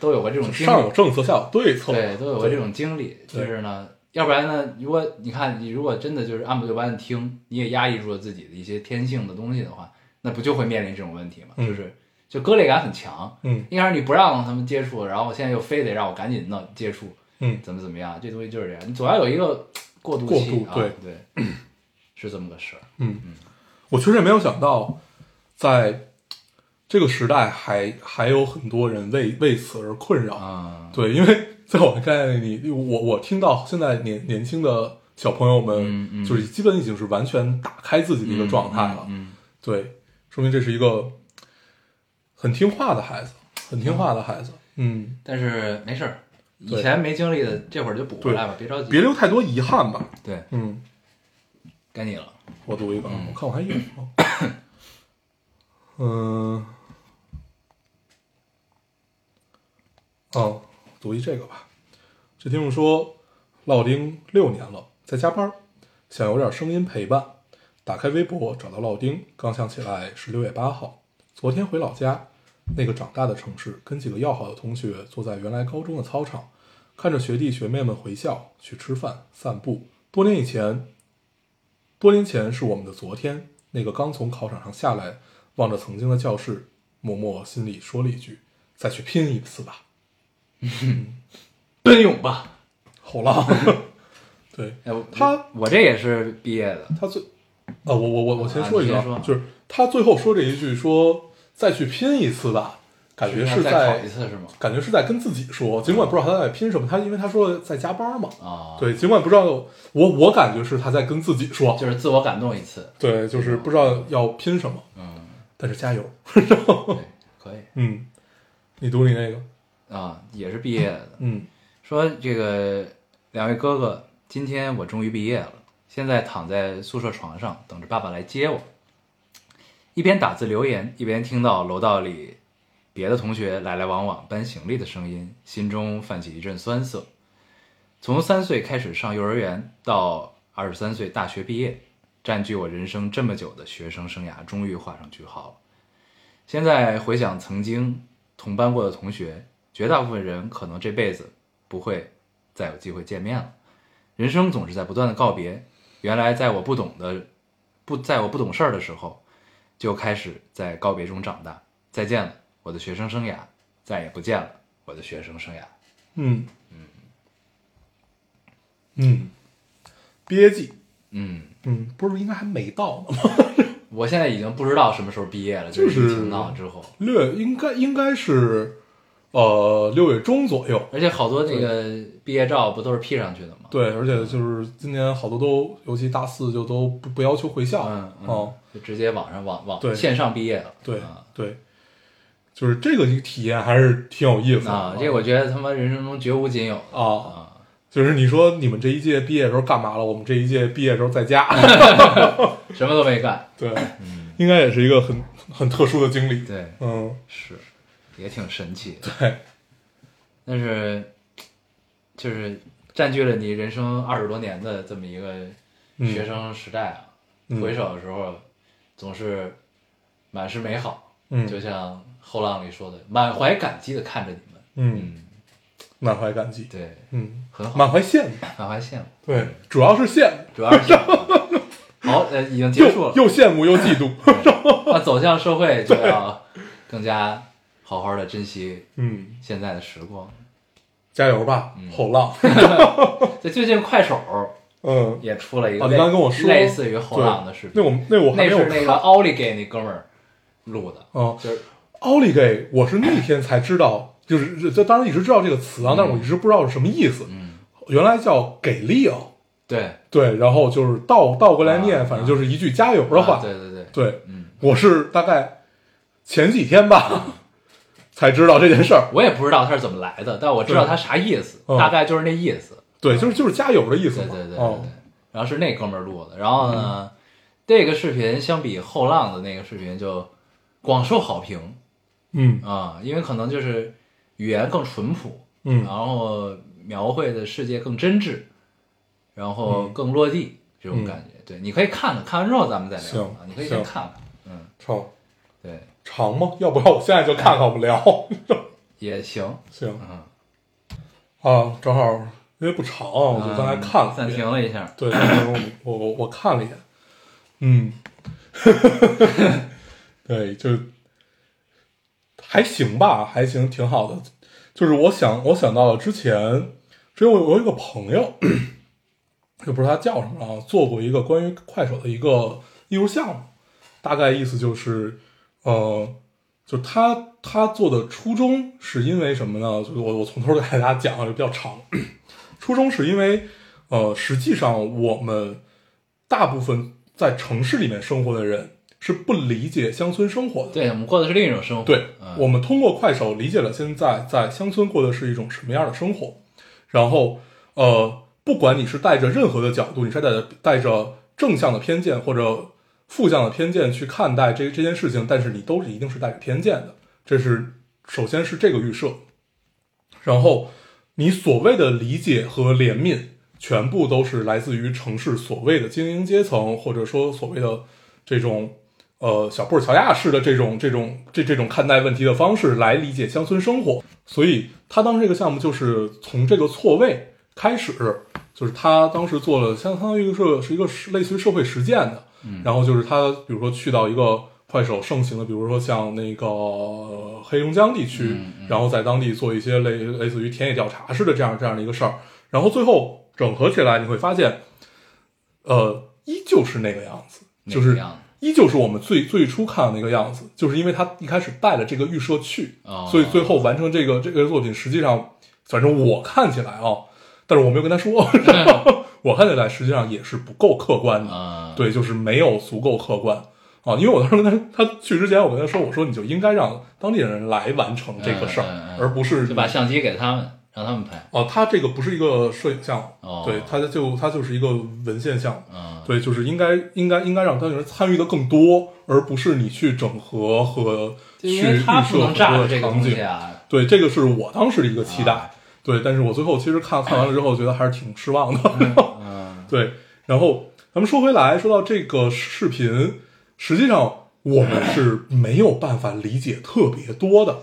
A: 都有过这种经
B: 嗯上
A: 历
B: 有，政策，下有对策，
A: 对，都有过这种经历。就是呢，要不然呢，如果你看你如果真的就是按部就班的听，你也压抑住了自己的一些天性的东西的话，那不就会面临这种问题吗？
B: 嗯
A: 就是就割裂感很强。
B: 嗯
A: 一开始你不让他们接触，然后现在又非得让我赶紧弄接触，
B: 嗯，
A: 怎么怎么样，这东西就是这样，你总要有一个过渡
B: 过
A: 期
B: 渡
A: 啊，
B: 对
A: 对，是这么个事儿。
B: 嗯我确实也没有想到，在这个时代还还有很多人为为此而困扰。
A: 啊，
B: 对，因为在我的概念里，我我听到现在年年轻的小朋友们，
A: 嗯嗯
B: 就是基本已经是完全打开自己的一个状态了。
A: 嗯，
B: 对，说明这是一个很听话的孩子，很听话的孩子。嗯，
A: 但是没事儿，以
B: 对
A: 前没经历的，这会儿就补回来吧，别着急，
B: 别留太多遗憾吧。
A: 对，
B: 嗯，
A: 该你了。
B: 我读一个，啊，
A: 嗯
B: 我看我还有吗？嗯，哦，读一这个吧。这听众说，落丁六年了，在加班儿，想有点声音陪伴。打开微博找到落丁，刚想起来是六月八号。昨天回老家，那个长大的城市，跟几个要好的同学坐在原来高中的操场，看着学弟学妹们回校、去吃饭、散步。多年以前，多年前是我们的昨天，那个刚从考场上下来，望着曾经的教室，默默心里说了一句：“再去拼一次吧，
A: 奔涌吧！
B: 后浪。” (laughs) 对
A: 哎，我
B: 他
A: 我这也是毕业的，
B: 他最啊，我我我我先
A: 啊
B: 说一
A: 你
B: 句
A: 先
B: 啊，
A: 说
B: 就是他最后说这一句说：“再去拼一次吧”，感觉是
A: 再考
B: 在
A: 一次是吗？
B: 感觉是在跟自己说，尽管不知道他在拼什么，他因为他说在加班嘛，
A: 啊，，
B: 对，尽管不知道我我感觉是他在跟自己说，
A: 就是自我感动一次。
B: 对，就是不知道要拼什么，
A: 嗯，
B: 但是加油，
A: 对，可以
B: 嗯，你读你那个，
A: 啊，也是毕业的。
B: 嗯。
A: 说这个两位哥哥，今天我终于毕业了，现在躺在宿舍床上等着爸爸来接我。一边打字留言，一边听到楼道里别的同学来来往往搬行李的声音，心中泛起一阵酸涩。从三岁开始上幼儿园，到二十三岁大学毕业，占据我人生这么久的学生生涯终于画上句号了。现在回想曾经同班过的同学，绝大部分人可能这辈子不会再有机会见面了。人生总是在不断的告别。原来在我不懂的不在我不懂事儿的时候，就开始在告别中长大。再见了，我的学生生涯；再也不见了，我的学生生涯。
B: 嗯，嗯，憋记，
A: 嗯，
B: 嗯，不是应该还没到呢吗？
A: 我现在已经不知道什么时候毕业了，
B: 就是
A: 是疫情闹之后，
B: 六月应该应该是，呃，六月中左右。
A: 而且好多这个毕业照不都是 P 上去的吗？
B: 对，而且就是今年好多都，尤其大四就都不不要求回校，
A: 嗯嗯
B: 哦，
A: 就直接网上网
B: 对
A: 网线上毕业了。
B: 对
A: 啊，
B: 对，就是这个体验还是挺有意思的
A: 啊，这我觉得他妈人生中绝无仅有的
B: 啊，
A: 啊，
B: 就是你说你们这一届毕业的时候干嘛了？我们这一届毕业的时候在家，
A: 什么都没干。
B: 对，应该也是一个很很特殊的经历，
A: 对，
B: 嗯，
A: 是，也挺神奇的。
B: 对，
A: 但是，就是占据了你人生二十多年的这么一个
B: 嗯
A: 学生时代啊，
B: 嗯
A: 回首的时候总是满是美好，
B: 嗯
A: 就像《后浪》里说的，满怀感激的看着你们，
B: 嗯，
A: 嗯，
B: 满怀感激，
A: 对，
B: 嗯，
A: 很好，
B: 满怀羡慕。
A: 满怀羡慕，
B: 对，主要是羡慕，
A: 主要是羡慕。好，呃，已经结束
B: 又
A: 了，
B: 又羡慕又嫉 (laughs) 妒。
A: 那走向社会就要更加好好的珍惜
B: 嗯，
A: 现在的时光。
B: 加油吧，
A: 嗯
B: 后 (laughs) 浪。
A: 对，最近快手
B: 嗯，
A: 也出了一个
B: 啊，
A: 类，
B: 你刚才跟我说
A: 类似于后浪的视频，
B: 对那我那我还没
A: 那
B: 有
A: 是那个
B: 看。
A: 奥利给那哥们儿录的，
B: 嗯，
A: 就是
B: 奥利给，我是那天才知道，就是这当然一直知道这个词啊，但是我一直不知道是什么意思。
A: 嗯，
B: 原来叫给力哦，
A: 对，
B: 对，然后就是倒倒过
A: 啊
B: 来念，反正就是一句加油的
A: 啊
B: 话。
A: 对对对，
B: 对，
A: 嗯，
B: 我是大概前几
A: (laughs)
B: 天吧才知道这件事儿。
A: 我也不知道他是怎么来的，但我知道
B: 对
A: 他啥意思，
B: 嗯
A: 大概就是那意思，
B: 对，就是就是加油的意思
A: 对
B: 嘛。
A: 嗯对对对
B: 哦
A: 对，然后是那哥们儿录的，然后呢，这个视频相比后浪的那个视频就广受好评
B: 嗯
A: 啊，因为可能就是语言更淳朴，
B: 嗯
A: 然后描绘的世界更真挚，然
B: 嗯
A: 后更落地、这种感觉。对，你可以看看，看完之后咱们再聊。
B: 行
A: 啊，你可以先
B: 行
A: 看看。嗯，
B: 超
A: 对，
B: 长吗？要不要我现在就看看？我们聊
A: 也行，
B: (laughs) 行
A: 嗯，
B: 啊，正好因为不长啊，我就刚才看了一
A: 嗯暂
B: 遍
A: 停了一下，
B: 对，那时候我我我看了一眼，
A: (laughs)
B: 嗯， (laughs) 对，就还行吧，还行，挺好的。就是我想，我想到了之前，之前我我有一个朋友， (coughs) 就不知道他叫什么了，做过一个关于快手的一个艺术项目，大概意思就是，呃，就他他做的初衷是因为什么呢？就是我我从头给大家讲啊，就比较长。 (coughs) 初衷是因为，呃，实际上我们大部分在城市里面生活的人是不理解乡村生活的。
A: 对我们过的是另一种生活，
B: 对，
A: 嗯
B: 我们通过快手理解了现在在乡村过的是一种什么样的生活，然后呃，不管你是带着任何的角度，你是带着带着正向的偏见或者负向的偏见去看待这这件事情，但是你都是一定是带着偏见的，这是首先是这个预设，然后你所谓的理解和怜悯，全部都是来自于城市所谓的精英阶层，或者说所谓的这种呃小布尔乔亚式的这种这种这这种看待问题的方式来理解乡村生活。所以他当时这个项目就是从这个错位开始，就是他当时做了相当于是是一个是类似于社会实践的，
A: 嗯
B: 然后就是他比如说去到一个。快手盛行的，比如说像那个呃黑龙江地区，
A: 嗯
B: 然后在当地做一些类类似于田野调查式的这样这样的一个事儿，然后最后整合起来，你会发现，呃，依旧是那个样子，
A: 那
B: 就
A: 个
B: 是
A: 样子
B: 依旧是我们最最初看的那个样子，就是因为他一开始带了这个预设去，
A: 哦
B: 所以最后完成这个这个作品，实际上，反正我看起来啊，但是我没有跟他说，
A: (laughs)
B: 我看起来实际上也是不够客观的，
A: 啊，
B: 对，就是没有足够客观啊，因为我当时跟他他去之前，我跟他说，我说你就应该让当地人来完成这个事儿，
A: 嗯嗯嗯
B: 而不是
A: 就把相机给他们，让他们拍，
B: 哦，它这个不是一个摄影项目，
A: 哦
B: 对，它就它就是一个文献项目，
A: 嗯，
B: 对，就是应该应该应该让当地人参与的更多，而不是你去整合和
A: 就
B: 去预
A: 因
B: 设
A: 为他
B: 很
A: 不能
B: 多
A: 炸
B: 的
A: 这个
B: 场
A: 东
B: 景
A: 西。啊，
B: 对，这个是我当时的一个期待，
A: 啊
B: 对，但是我最后其实看看完了之后，觉得还是挺失望的。
A: 嗯，
B: (laughs) 对，然后咱们说回来，说到这个视频，实际上我们是没有办法理解特别多的。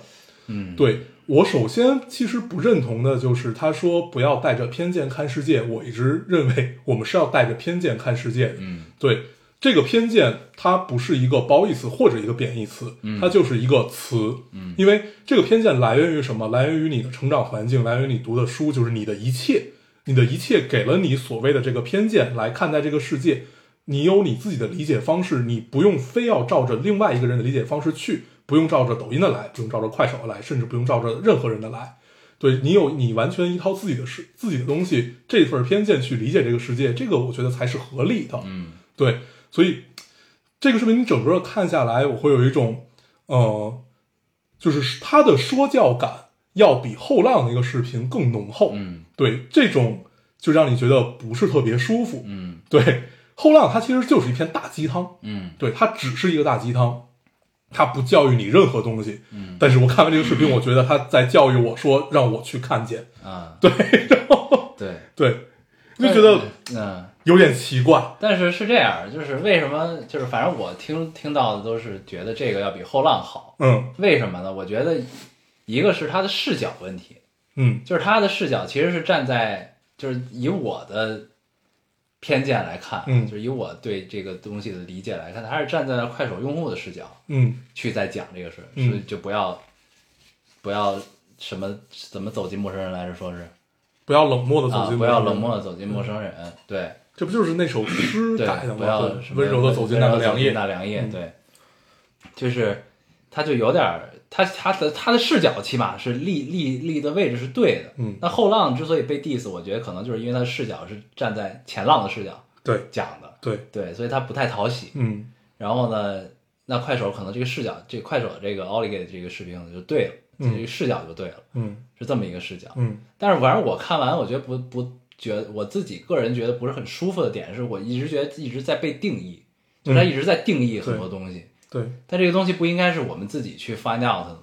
A: 嗯，
B: 对我首先其实不认同的就是他说不要带着偏见看世界，我一直认为我们是要带着偏见看世界的。
A: 嗯，
B: 对，这个偏见它不是一个褒义词或者一个贬义词，
A: 嗯
B: 它就是一个词。嗯，因为这个偏见来源于什么？来源于你的成长环境，来源于你读的书，就是你的一切，你的一切给了你所谓的这个偏见来看待这个世界。你有你自己的理解方式，你不用非要照着另外一个人的理解方式去，不用照着抖音的来，不用照着快手的来，甚至不用照着任何人的来。对你有你完全依靠自己的事、自己的东西，这份偏见去理解这个世界，这个我觉得才是合理的。嗯，对，所以这个视频你整个看下来，我会有一种，呃，就是它的说教感要比后浪那个视频更浓厚。
A: 嗯，
B: 对，这种就让你觉得不是特别舒服。
A: 嗯，
B: 对，后浪它其实就是一篇大鸡汤，
A: 嗯，
B: 对，它只是一个大鸡汤，它不教育你任何东西。嗯，但是我看完这个视频，我觉得他在教育我说让我去看见，
A: 啊，对，对，
B: 对，就觉得
A: 嗯。
B: 有点奇怪。
A: 但是是这样，就是为什么？就是反正我听听到的都是觉得这个要比后浪好，
B: 嗯
A: 为什么呢？我觉得一个是他的视角问题，
B: 嗯
A: 就是他的视角其实是站在，就是以我的偏见来看，
B: 嗯
A: 就是以我对这个东西的理解来看，他是站在了快手用户的视角
B: 嗯
A: 去在讲这个事，
B: 嗯
A: 所以就不要不要什么怎么走进陌生人来着，说是
B: 不要冷漠的走
A: 啊，
B: 进、
A: 不要冷漠，的走
B: 嗯
A: 进陌生人，对。
B: 这不就是那首诗
A: 对，
B: 改的
A: 不
B: 吗？
A: 要
B: 对
A: 什么
B: 温柔的走进那个
A: 温柔地
B: 凉
A: 走进
B: 夜。嗯
A: 那凉夜，对，就是他就有点儿他他的他的视角起码是立立立的位置是对的，
B: 嗯
A: 那后浪之所以被 diss，我觉得可能就是因为他的视角是站在前浪的视角
B: 对
A: 讲的，
B: 对，
A: 对，所以他不太讨喜。
B: 嗯
A: 然后呢，那快手可能这个视角，这快手这个奥利给这个视频可能就对了，
B: 嗯
A: 这个视角就对了，
B: 嗯
A: 是这么一个视角。
B: 嗯
A: 但是反正我看完，我觉得不不觉得我自己个人觉得不是很舒服的点，是我一直觉得一直在被定义，就是他一直在定义很多东西，
B: 嗯对，
A: 但这个东西不应该是我们自己去 find out 的吗，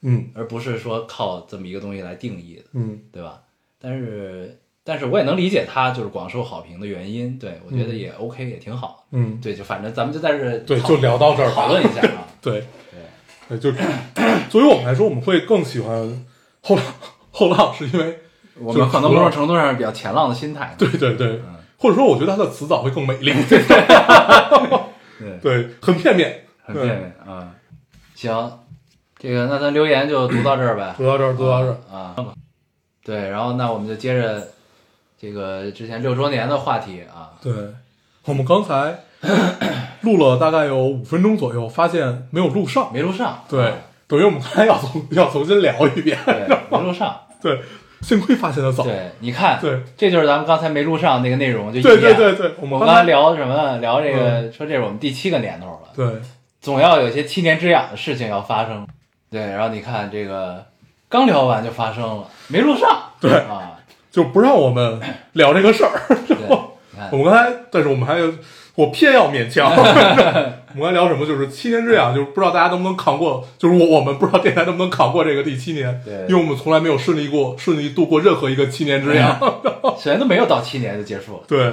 B: 嗯
A: 而不是说靠这么一个东西来定义的，
B: 嗯
A: 对吧？但是但是我也能理解他就是广受好评的原因，对我觉得也 OK、也挺好，
B: 嗯，
A: 对，就反正咱们就在这
B: 对，
A: 讨
B: 就聊到这儿吧。
A: 讨论一下啊，
B: 对，
A: 对，
B: 对，就 (clears throat) 作为我们来说，我们会更喜欢后浪后浪，是因为
A: 我们可能某种程度上是比较前浪的心态。
B: 对对对，或者说我觉得它的词藻会更美丽， (laughs)
A: 对
B: 对，很片面。
A: 很别扭啊。行，这个那咱留言就读到这儿呗
B: 读。到这儿，读到这儿，
A: 啊。对，然后那我们就接着这个之前六周年的话题啊，
B: 对我们刚才 (clears throat) 录了大概有五分钟左右，发现没有录上，
A: 没录上。
B: 对
A: 啊，
B: 等于我们刚才要重要重新聊一遍，
A: 对，没录上。
B: 对，幸亏发现的 (laughs) 早，
A: 对，你看，
B: 对，
A: 这就是咱们刚才没录上那个内容，就一
B: 对对
A: 年
B: 对对，
A: 我
B: 我们
A: 们
B: 刚
A: 刚才
B: 才嗯
A: 聊什么？聊这个，说这是我们第七个年头了，
B: 对
A: 总要有些七年之痒的事情要发生。对，然后你看这个，刚聊完就发生了，没录上。
B: 对
A: 啊，
B: 就不让我们聊这个事儿， (laughs)
A: 对，你看
B: 我，们刚才，但是我们还有，我偏要
A: (laughs)
B: 勉强。我们刚才聊什么？就是七年之痒，就是不知道大家能不能扛过，就是我我们不知道电台能不能扛过这个第七年，
A: 对
B: 因为我们从来没有顺利过顺利度过任何一个七年之痒，
A: 虽然都没有到七年就结束了。
B: (laughs) 对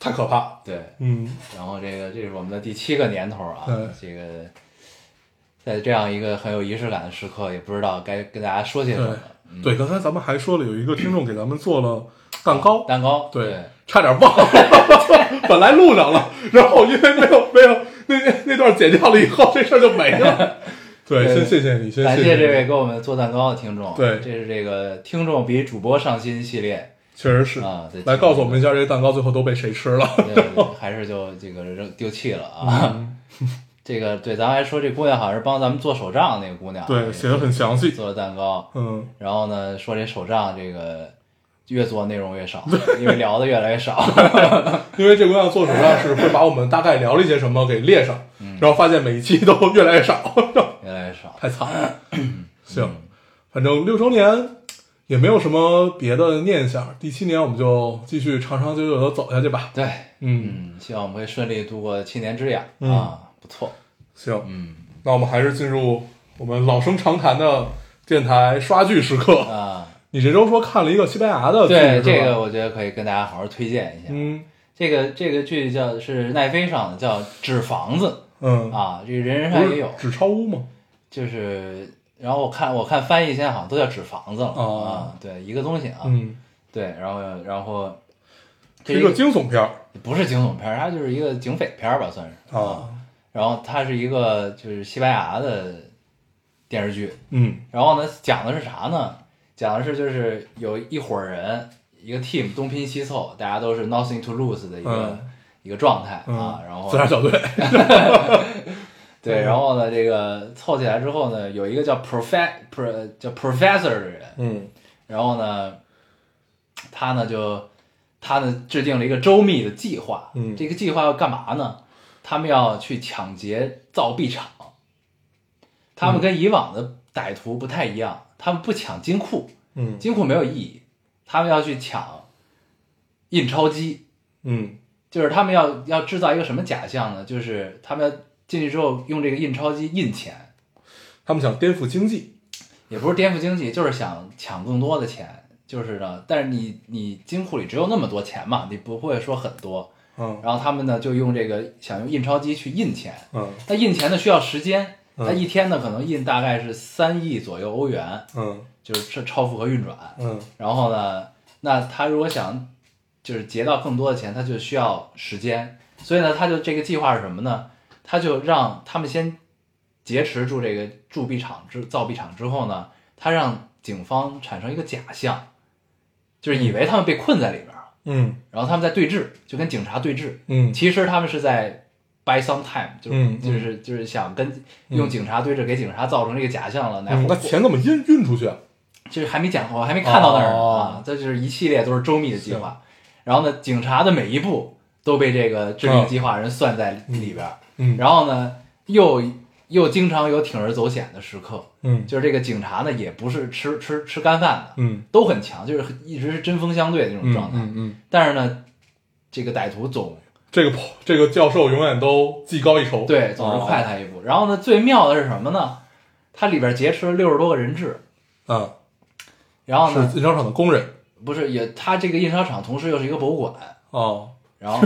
B: 太可怕了。
A: 对，
B: 嗯，
A: 然后这个这是我们的第七个年头啊
B: 嗯，
A: 这个在这样一个很有仪式感的时刻，也不知道该跟大家说些什么。
B: 对，刚才咱们还说了，有一个听众给咱们做了蛋糕，
A: 蛋糕，嗯
B: 对，
A: 对
B: 差点忘
A: (laughs)
B: 了，本来录上了，然后因为没有没有那那那段剪掉了以后，这事儿就没
A: (laughs)
B: 了。对，
A: 对
B: 先谢谢你，先
A: 感
B: 谢
A: 谢
B: 你
A: 这位，给我们做蛋糕的听众。啊
B: 对
A: 这是这个听众比主播上心系列，
B: 确实是
A: 啊对
B: 来告诉我们一下，这个蛋糕最后都被谁吃了？
A: 对对对还是就这个扔丢弃了
B: 嗯
A: 啊。这个对，咱还说这姑娘好像是帮咱们做手账那个姑娘，
B: 对，写的很详细。
A: 做了蛋糕，
B: 嗯，
A: 然后呢说这手账这个越做内容越
B: (laughs)
A: 少，因为聊的越来越少。 (laughs)
B: 因为这姑娘做手账是会把我们大概聊了一些什么给列上，
A: 嗯
B: 然后发现每一期都越来越少， (laughs)
A: 越来越少。
B: 太惨了。
A: 嗯
B: 行，反正六周年也没有什么别的念想，第七年我们就继续长长久久的走下去吧。
A: 对，
B: 嗯，
A: 嗯，希望我们会顺利度过七年之痒、
B: 嗯
A: 啊，不错。
B: 行，
A: 嗯
B: 那我们还是进入我们老生常谈的电台刷剧时刻。
A: 啊，
B: 你这周说看了一个西班牙的剧，
A: 对
B: 是吧
A: 这个，我觉得可以跟大家好好推荐一下。
B: 嗯
A: 这个这个剧叫是奈飞上的，叫《纸房子
B: 嗯》，
A: 啊，这个人人
B: 不
A: 上
B: 是
A: 也有，
B: 纸钞屋吗？
A: 就是。然后我看我看翻译现在好像都叫纸房子了、
B: 哦
A: 啊，对一个东西啊，
B: 嗯，
A: 对，然后然后这
B: 是一
A: 是
B: 个惊悚片儿
A: 不是惊悚片儿，它就是一个警匪片儿吧，算是。
B: 啊，
A: 然后它是一个就是西班牙的电视剧，
B: 嗯
A: 然后呢，讲的是啥呢？讲的是就是有一伙人，一个 team 东拼西凑，大家都是 nothing to lose 的一个、一个状态
B: 嗯
A: 啊。然后
B: 自杀小队，
A: (laughs) 对，然后呢，这个凑起来之后呢，有一个叫 prof pro 叫 professor 的人，
B: 嗯
A: 然后呢，他呢就他呢制定了一个周密的计划。
B: 嗯
A: 这个计划要干嘛呢？他们要去抢劫造币厂。他们跟以往的歹徒不太一样，他们不抢金库，
B: 嗯
A: 金库没有意义，他们要去抢印钞机，
B: 嗯
A: 就是他们要要制造一个什么假象呢？就是他们要进去之后用这个印钞机印钱，
B: 他们想颠覆经济，
A: 也不是颠覆经济，就是想抢更多的钱，就是呢，但是你你金库里只有那么多钱嘛，你不会说很多，
B: 嗯
A: 然后他们呢就用这个想用印钞机去印钱，
B: 嗯
A: 那印钱呢需要时间，
B: 嗯
A: 他一天呢可能印大概是三亿左右欧元，
B: 嗯
A: 就是超超负荷运转，
B: 嗯
A: 然后呢，那他如果想就是结到更多的钱，他就需要时间，所以呢，他就这个计划是什么呢？他就让他们先劫持住这个铸币厂之造币厂之后呢，他让警方产生一个假象，就是以为他们被困在里边儿，
B: 嗯
A: 然后他们在对峙，就跟警察对峙，
B: 嗯
A: 其实他们是在 buy some time，就是、
B: 嗯嗯
A: 就是就是想跟用警察对峙，给警察造成这个假象了，来
B: 嗯，那钱怎么运运出去啊？
A: 就是还没讲，我还没看到那儿呢、
B: 哦
A: 啊。这就是一系列都是周密的计划。然后呢，警察的每一步都被这个制定计划人算在里边儿。
B: 嗯
A: 然后呢，又又经常有铤而走险的时刻，
B: 嗯
A: 就是这个警察呢也不是吃吃吃干饭的，
B: 嗯
A: 都很强，就是很一直是针锋相对的这种
B: 嗯
A: 状态。
B: 嗯嗯，
A: 但是呢，这个歹徒总
B: 这个这个教授永远都技高一筹，
A: 对总是
B: 哦
A: 快他一步。然后呢，最妙的是什么呢？它里边劫持了六十多个人质，
B: 啊，
A: 然后呢，
B: 是印钞厂的工人
A: 不是也，它这个印刷厂同时又是一个博物馆。 (laughs)
B: 哦，
A: 然后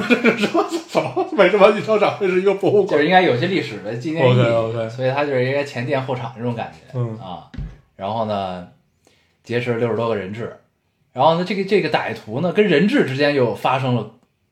B: 怎么为什么一商场会是一个博物
A: 就是
B: 馆？
A: 应该有一些历史的纪念意义
B: OK，OK
A: 所以它就是应该前店后厂这种感觉，
B: 嗯
A: 啊，然后呢，劫持六十多个人质，然后呢，这个这个歹徒呢跟人质之间又发生了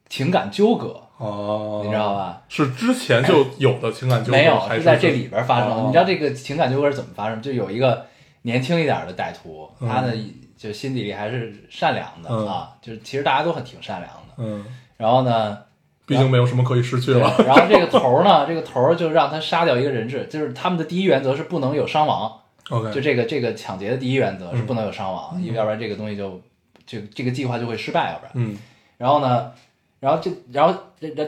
A: 情感纠葛，
B: 哦，
A: 你知道吧？
B: 是之前就有的情感纠葛，
A: 没有，
B: 还
A: 是
B: 是
A: 在这里边发生的。
B: 哦
A: 你知道这个情感纠葛是怎么发生？就有一个年轻一点的歹徒，
B: 嗯
A: 他呢就心底里还是善良的、
B: 嗯
A: 啊，就是其实大家都很挺善良的。
B: 嗯，
A: 然后
B: (laughs)
A: 呢，
B: 毕竟没有什么可以失去
A: 对，
B: 了。
A: 然后这个头儿呢，这个头儿就让他杀掉一个人质，就是他们的第一原则是不能有伤亡，就
B: OK，
A: 这个这个抢劫的第一原则是
B: 嗯
A: 不能有伤亡，因为要不然这个东西就就这个计划就会失败，要不然。
B: 嗯
A: 然后呢，然后这然后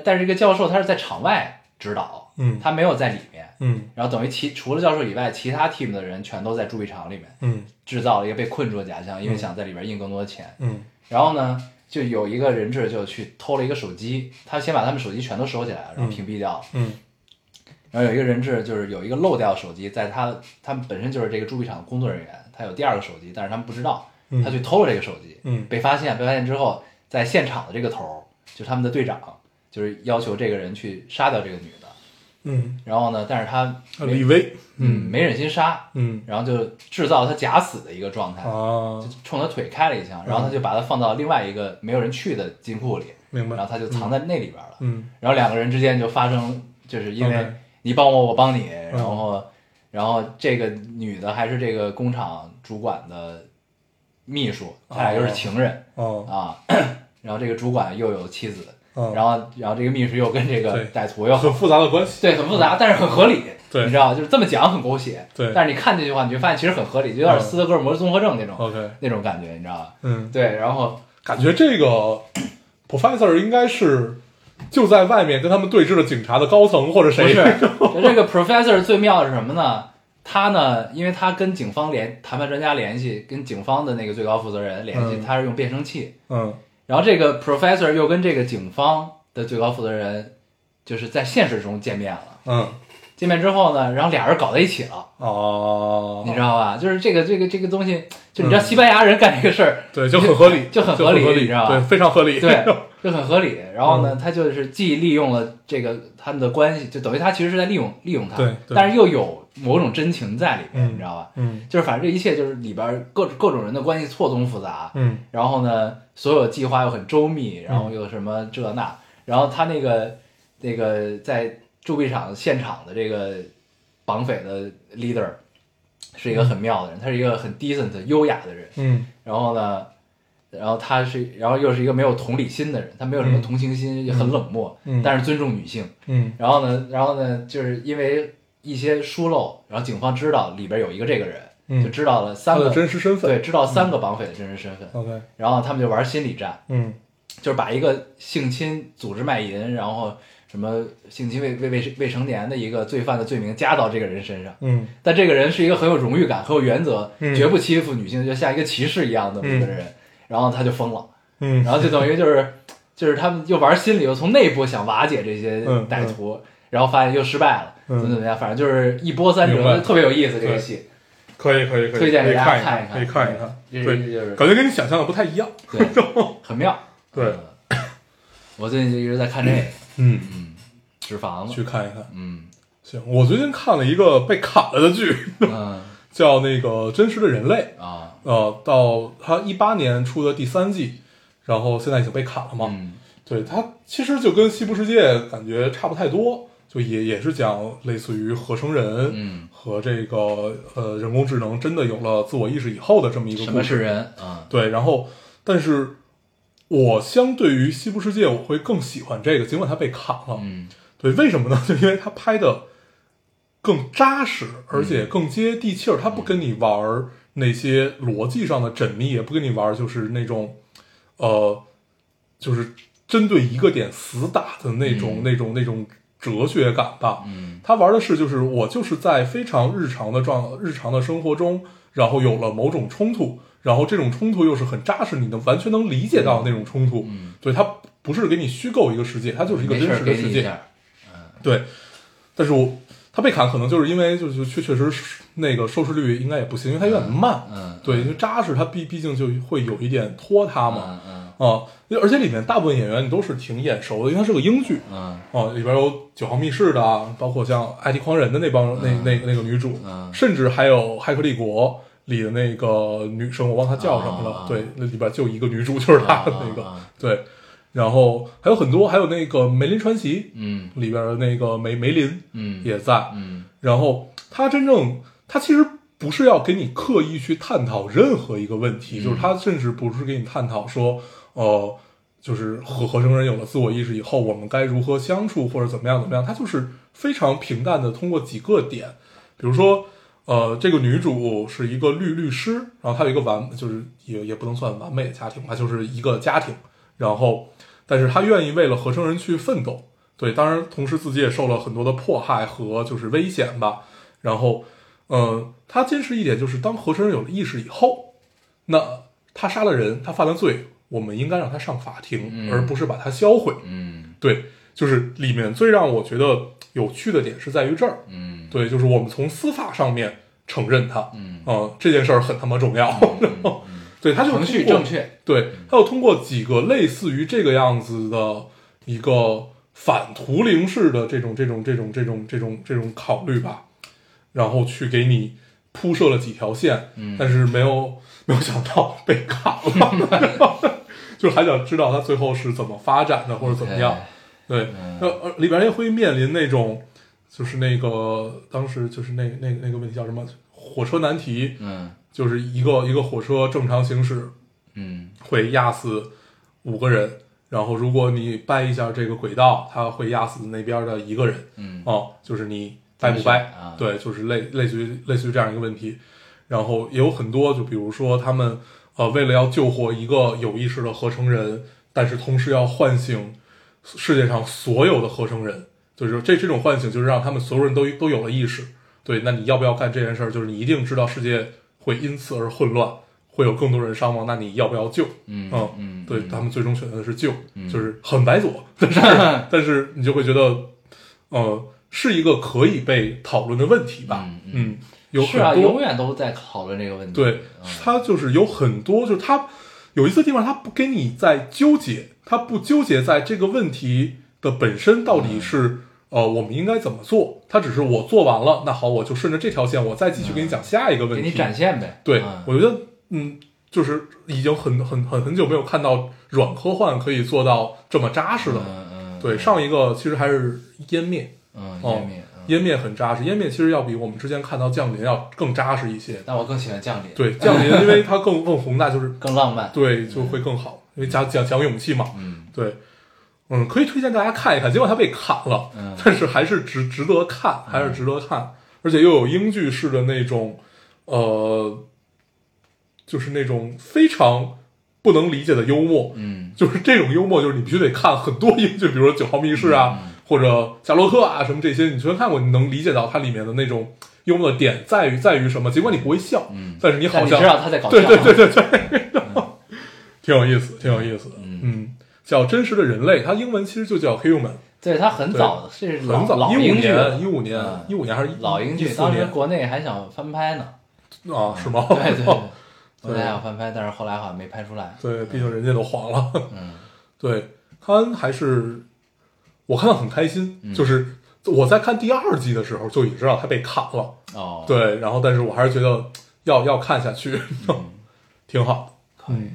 A: 但是这个教授他是在场外指导，
B: 嗯
A: 他没有在里面。
B: 嗯
A: 然后等于其除了教授以外，其他 team 的人全都在铸币厂里面
B: 嗯
A: 制造了一个被困住的假象，因为
B: 嗯
A: 想在里边印更多的钱。
B: 嗯
A: 然后呢，就有一个人质就去偷了一个手机，他先把他们手机全都收起来了，然后屏蔽掉了。
B: 嗯
A: 然后有一个人质就是有一个漏掉手机，在他他们本身就是这个铸币厂的工作人员，他有第二个手机，但是他们不知道，
B: 嗯
A: 他去偷了这个手机，
B: 嗯
A: 被发现，被发现之后，在现场的这个头儿就是他们的队长，就是要求这个人去杀掉这个女的。
B: 嗯，
A: 然后呢，但是他
B: 啊李威，
A: 嗯没忍心杀，
B: 嗯
A: 然后就制造他假死的一个状态，
B: 啊
A: 就，冲他腿开了一枪，然后他就把他放到另外一个没有人去的金库里，
B: 明
A: 然后
B: 白。
A: 他就藏在那里边了。
B: 嗯
A: 然后两个人之间就发生，就是因为
B: OK
A: 你帮我，我帮你，然后，然后这个女的还是这个工厂主管的秘书，他俩又是情人、
B: 哦
A: 啊， (coughs) 然后这个主管又有妻子，
B: 哦，
A: 然后，然后这个秘书又跟这个
B: 对
A: 歹徒又好
B: 很复杂的关系。
A: 对，很复杂，但是很合理。
B: 对
A: 你知道，就是这么讲很狗血。
B: 对嗯
A: 但是你看这句话，你就发现其实很合理，就有点斯德哥尔摩综合症那种、
B: OK，
A: 那种感觉，你知道吧？
B: 嗯，
A: 对，然后 (laughs)
B: 感觉这个 professor 应该是就在外面跟他们对峙的警察的高层或者
A: 不
B: 谁
A: 是就这个 professor 最妙的是什么呢？他呢，因为他跟警方联谈判专家联系，跟警方的那个最高负责人联系，
B: 嗯
A: 他是用变声器。
B: (laughs) 嗯
A: 然后这个 professor 又跟这个警方的最高负责人就是在现实中见面了。
B: 嗯
A: 见面之后呢，然后俩人搞在一起了，
B: 哦，
A: 你知道吧？就是这个这个这个东西，就
B: 嗯
A: 你知道西班牙人干这个事儿，
B: 对，就很合理，
A: 就
B: 就
A: 很合
B: 合
A: 理你知道吧
B: 对，非常合理。 (laughs)
A: 对，就很合理。然后呢，
B: 嗯
A: 他就是既利用了这个他们的关系，就等于他其实是在利用利用他，
B: 对对
A: 但是又有某种真情在里面，
B: 嗯
A: 你知道吧？
B: 嗯
A: 就是反正这一切就是里边各各种人的关系错综复杂，
B: 嗯
A: 然后呢，所有计划又很周密，然后又什么这那，然后他那个那个在铸币厂现场的这个绑匪的 leader 是一个很妙的人，他是一个很 decent 优雅的人，
B: 嗯
A: 然后呢，然后他是，然后又是一个没有同理心的人，他没有什么
B: 嗯
A: 同情心，也很冷漠，
B: 嗯
A: 但是尊重女性。
B: 嗯
A: 然后呢，然后呢，就是因为一些疏漏，然后警方知道里边有一个这个人，
B: 嗯
A: 就知道了
B: 他
A: 三个
B: 的真嗯实身份。
A: 对，知道三个绑匪的真实身份，
B: OK，
A: 然后他们就玩心理战，
B: 嗯
A: 就是把一个性侵、组织卖淫，然后什么性侵未未未未成年的一个罪犯的罪名加到这个人身上。
B: 嗯
A: 但这个人是一个很有荣誉感、很有原则，
B: 嗯
A: 绝不欺负女性，就像一个骑士一样的一个人。然后他就疯了，
B: 嗯
A: 然后就等于就是就是他们又玩心理，又从内部想瓦解这些歹徒，然后发现又失败了，
B: 嗯
A: 怎么怎么样，反正就是一波三
B: 明白
A: 折，特别有意思这个戏，
B: 可以可以可以，
A: 推荐
B: 可
A: 给
B: 以
A: 大
B: 看
A: 家
B: 一看，可
A: 看
B: 以
A: 一
B: 看一看。
A: 这
B: 嗯对，
A: 是就是
B: 感觉跟你想象的不太一样。
A: 对，很妙。
B: 对
A: 嗯，我最近就一直在看这个
B: 嗯，
A: 纸房子
B: 去，看一看。
A: 嗯
B: 行，我最近看了一个被砍了的剧，
A: 嗯
B: 叫那个《真实的人类》。
A: 啊，
B: 呃，到它一八年出的第三季，然后现在已经被砍了嘛。
A: 嗯
B: 对它其实就跟《西部世界》感觉差不太多，就也也是讲类似于合成人，
A: 嗯，
B: 和这个呃人工智能真的有了自我意识以后的这么一个
A: 什
B: 故
A: 么
B: 事。
A: 是人？嗯
B: 对，然后但是我相对于《西部世界》，我会更喜欢这个，尽管它被砍了。
A: 嗯
B: 对，为什么呢？就 (laughs) 因为它拍的更扎实，而且
A: 嗯
B: 更接地气儿。它不跟你玩儿那些逻辑上的缜密，也不跟你玩儿就是那种呃，就是针对一个点死打的那种、
A: 嗯
B: 那种那种哲学感吧。
A: 嗯
B: 他玩的是就是我就是在非常日常的状日常的生活中，然后有了某种冲突，然后这种冲突又是很扎实，你能完全能理解到那种冲突。
A: 嗯，
B: 对，它不是给你虚构一个世界，它就是一个
A: 没事
B: 真
A: 儿
B: 实的
A: 给
B: 世
A: 你一
B: 界。
A: 下，
B: 对，但是我他被砍可能就是因为就是确确实是那个收视率应该也不行，因为它有点慢。
A: 嗯
B: 对，因为扎实它毕毕竟就会有一点拖沓
A: 嗯
B: 嘛。
A: 嗯
B: 啊，而且里面大部分演员你都是挺眼熟的，因为它是个英剧
A: 嗯
B: 啊，里边有《九号密室》的啊，包括像《爱迪狂人》的那帮那那那个女主，
A: 嗯
B: 甚至还有《骇客帝国》里的那个女生，我忘她叫什么了，
A: 啊
B: 对，那里边就一个女主就是她、
A: 啊啊
B: 那个，
A: 啊
B: 对，然后还有很多，还有那个《梅林传奇
A: 嗯》
B: 里边的那个梅梅林
A: 嗯
B: 也在，
A: 嗯
B: 然后他真正他其实不是要给你刻意去探讨任何一个问题，就是他甚至不是给你探讨说，呃，就是和合成人有了自我意识以后，我们该如何相处或者怎么样怎么样，他就是非常平淡的通过几个点，比如说。呃，这个女主是一个律律师，然后她有一个完，就是也也不能算完美的家庭吧，就是一个家庭。然后，但是她愿意为了合成人去奋斗，对，当然同时自己也受了很多的迫害和就是危险吧。然后，呃，他坚持一点就是，当合成人有了意识以后，那他杀了人，他犯了罪，我们应该让他上法庭，
A: 嗯
B: 而不是把他销毁。
A: 嗯
B: 对，就是里面最让我觉得有趣的点是在于这儿。
A: 嗯
B: 对，就是我们从司法上面承认他，
A: 嗯
B: 呃这件事儿很他妈重要。然后，对，他就
A: 程序
B: 通过
A: 正确，嗯
B: 对，他又通过几个类似于这个样子的一个反图灵式的这种这种这种这种这种这种考虑吧，然后去给你铺设了几条线，
A: 嗯
B: 但是没有没有想到被砍
A: (laughs)
B: 了，就是还想知道他最后是怎么发展的或者怎么样。对，那呃里边也会面临那种，就是那个当时就是那那那个问题叫什么火车难题，
A: 嗯
B: 就是一个一个火车正常行驶，
A: 嗯
B: 会压死五个人，然后如果你掰一下这个轨道，它会压死那边的一个人。
A: 嗯
B: 哦，就是你掰不掰？
A: 啊
B: 对，就是类类似于类似于这样一个问题。然后也有很多，就比如说他们呃，为了要救活一个有意识的合成人，但是同时要唤醒世界上所有的合成人，就是说这这种唤醒就是让他们所有人都都有了意识。对，那你要不要干这件事儿？就是你一定知道世界会因此而混乱，会有更多人伤亡，那你要不要救？
A: 嗯
B: 嗯
A: 嗯，
B: 对他们最终选择的是救，
A: 嗯
B: 就是很
A: (laughs)
B: 白左，但是但是你就会觉得，呃，是一个可以被讨论的问题吧？
A: 嗯
B: 嗯，有
A: 是
B: 很
A: 啊，
B: 多、
A: 永远都在讨论这个问题。
B: 对
A: 嗯，
B: 他就是有很多，就是他有一些地方他不跟你在纠结，他不纠结在这个问题的本身到
A: 嗯
B: 底是、呃我们应该怎么做，他只是我做完了，那好，我就顺着这条线，我再继续给你讲下一个问
A: 给
B: 题，
A: 你展现呗。
B: 对，
A: 嗯
B: 我觉得嗯，就是已经很很很很久没有看到软科幻可以做到这么扎实的了。
A: 嗯嗯，
B: 对，上一个其实还是湮灭，
A: 嗯
B: 哦
A: 页面，嗯
B: 湮灭很扎实，湮灭其实要比我们之前看到降临要更扎实一些。
A: 但我更喜欢降临，，
B: 对，降临因为它更 (laughs) 更宏大，就是
A: 更浪漫。
B: 对就会更好，因为讲讲讲勇气嘛。
A: 嗯
B: 对，嗯，可以推荐大家看一看。结果它被砍了，
A: 嗯
B: 但是还是值值得看，还是值得看，而且又有英剧式的那种，呃，就是那种非常不能理解的幽默，
A: 嗯
B: 就是这种幽默，就是你必须得看很多英剧，比如说《九号密室》啊，
A: 嗯
B: 或者《夏洛克》啊什么这些，你全看过，你能理解到它里面的那种幽默的点在于在于什么？尽管你不会笑，
A: 嗯，
B: 但是你好
A: 但你
B: 像
A: 知道他在搞笑。
B: 对对对对对，挺有意思，挺有意思的。
A: 嗯
B: 嗯，叫《真实的人类》，它英文其实就叫《Human》，
A: 对，他很早，这是老
B: 很早，
A: 老
B: 一
A: 英
B: 五
A: 剧
B: 年，
A: 了
B: 一五年
A: 嗯，
B: 一五年还是
A: 老英剧，
B: 14
A: 当时
B: 年
A: 国内还想翻拍呢。
B: 啊？是吗？
A: 对对对，国内
B: 对
A: 还想翻拍，但是后来好像没拍出来。
B: (laughs) 对，毕竟人家都黄了。
A: 嗯
B: (laughs) 对，看还是我看到很开心，
A: 嗯
B: 就是我在看第二季的时候就已经知道他被砍了，
A: 哦，，
B: 对，然后但是我还是觉得要要看下去，
A: 嗯
B: (laughs) 挺好的。嗯，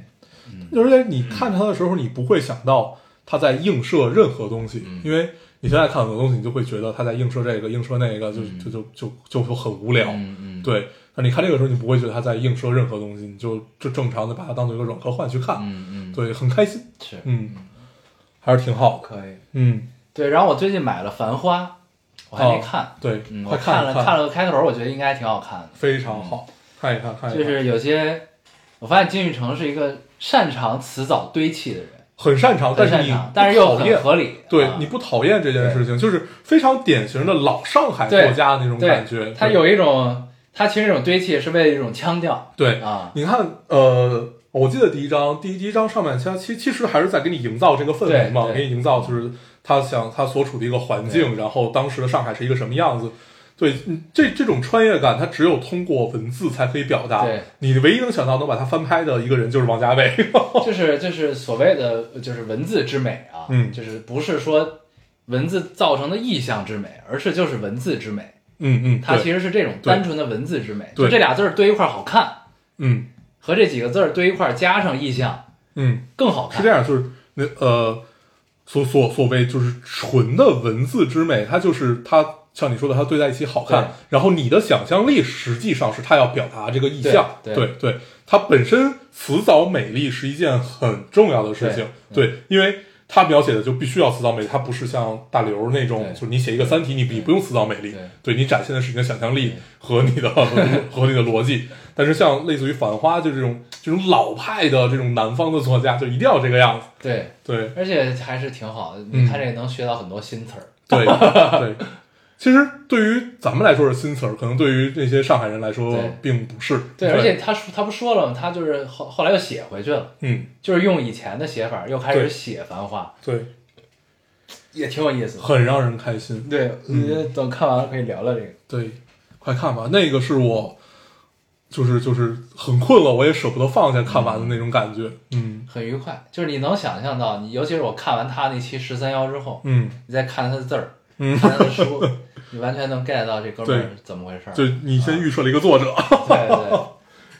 B: 而且你看着他的时候，你不会想到他在映射任何东西，
A: 嗯
B: 因为你现在看很多东西，你就会觉得他在映射这个，映射那个，就就就就就就很无聊。
A: 嗯嗯，
B: 对，那你看这个时候，你不会觉得他在映射任何东西，你就就正常的把它当做一个软科幻去看，
A: 嗯嗯，
B: 对，很开心，
A: 是
B: 嗯，还是挺好的，
A: 可以。
B: 嗯，
A: 对，然后我最近买了《繁花》，我还没看
B: 哦。对，
A: 嗯，我
B: 快看
A: 了
B: 看
A: 看了个开头，我觉得应该挺好看的。
B: 非常好，看一看，看一看，
A: 就是有些，我发现金宇澄是一个擅长辞藻堆砌的人，
B: 很擅长，哦但
A: 很
B: 是
A: 擅
B: 你
A: 长，但是又
B: 不讨厌
A: 很，合理。
B: 对
A: 啊，
B: 你不讨厌这件事情，就是非常典型的老上海作家那种
A: 对
B: 感觉，
A: 他
B: 对
A: 有一种，他其实这种堆砌是为了一种腔调
B: 对， (laughs)
A: 啊，
B: 你看，呃，我记得第一章，第一第一章上面，其其其实还是在给你营造这个氛围嘛，
A: 对对
B: 给你营造就是他想他所处的一个环境，然后当时的上海是一个什么样子。对，嗯这这种穿越感，它只有通过文字才可以表达。
A: 对，
B: 你唯一能想到能把它翻拍的一个人就是王家卫。 (laughs)
A: 就是就是所谓的就是文字之美啊，
B: 嗯
A: 就是不是说文字造成的意象之美，而是就是文字之美，
B: 嗯嗯，
A: 它
B: 对
A: 其实是这种
B: 对
A: 单纯的文字之美，
B: 对
A: 就这俩字儿对一块儿好看，
B: 嗯
A: 和这几个字儿对一块儿加上意象
B: 嗯
A: 更好
B: 是
A: 看
B: 这。样，就是那呃，所所所谓就是纯的文字之美，它就是它像你说的，它对在一起好
A: 对
B: 看。然后你的想象力实际上是它要表达这个意
A: 对
B: 象，
A: 对
B: 对对，它本身辞藻美丽是一件很重要的事情，
A: 对
B: 对，因为。它描写的就必须要辞藻美丽，它不是像大刘那种
A: 对，
B: 就是你写一个《三体》，你你不用辞藻美丽
A: 嗯对，
B: 对你展现的是你的想象力
A: (laughs)
B: 和你的和你的逻辑。但是像类似于《繁花》就这种这种老派的这种南方的作家，就一定要这个样子。
A: 对，
B: 对
A: 而且还是挺好的，
B: 嗯
A: 你看这个能学到很多新词儿。
B: 对
A: (laughs)
B: 对，其实对于咱们来说是新词儿，可能对于那些上海人来说
A: 对
B: 并不是。
A: 对，而且他说他不说了吗？他就是后后来又写回去了，
B: 嗯，
A: 就是用以前的写法又开始
B: 对
A: 写《繁花
B: 对，》，
A: 也挺有嗯意思的。
B: 很让人开心。
A: 对，我觉得等看完了可以聊聊这个。
B: 对，快看吧，那个是我。就是就是很困了，我也舍不得放下看完的那种感觉。嗯
A: 很愉快，就是你能想象到，你尤其是我看完他那期十三幺之后，
B: 嗯，
A: 你再看他的字儿，
B: 嗯
A: 看他的书，你完全能 get 到这哥们儿
B: 对
A: 怎么回事儿。
B: 就
A: 对
B: 你先预设了一个作者，
A: 对对，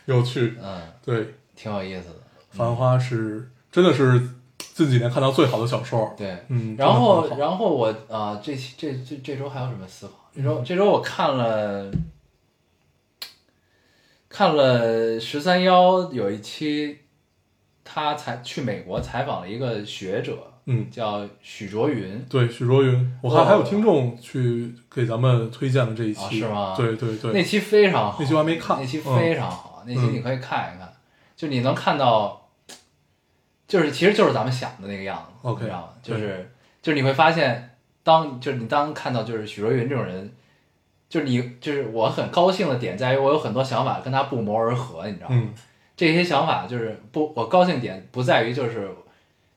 B: 有趣。
A: 嗯，
B: 对，《
A: 挺有意思的。
B: 繁花》是真的是近几年看到最好的小说。
A: 对，
B: 嗯，
A: 然
B: 真的
A: 后
B: 很好
A: 然后我啊、这期这这这周还有什么思考？这周
B: 嗯
A: 这周我看了看了十三幺有一期，他采去美国采访了一个学者，
B: 嗯，
A: 叫许卓云，
B: 对，许卓云，我
A: 哦
B: 看还有听众去给咱们推荐了这一
A: 啊
B: 期，
A: 是吗
B: 对对
A: 那
B: 对，
A: 期非常好，
B: 那期我还没看
A: 那期非常好，那期
B: 嗯
A: 你可以看一看，就你能看到，就是其实就是咱们想的那个样子
B: OK，
A: 你知道吗？就是就是你会发现，当就是你当看到就是许若云这种人，就是你就是我很高兴的点在于我有很多想法跟他不谋而合，你知道吗？
B: 嗯
A: 这些想法就是不，我高兴点不在于就是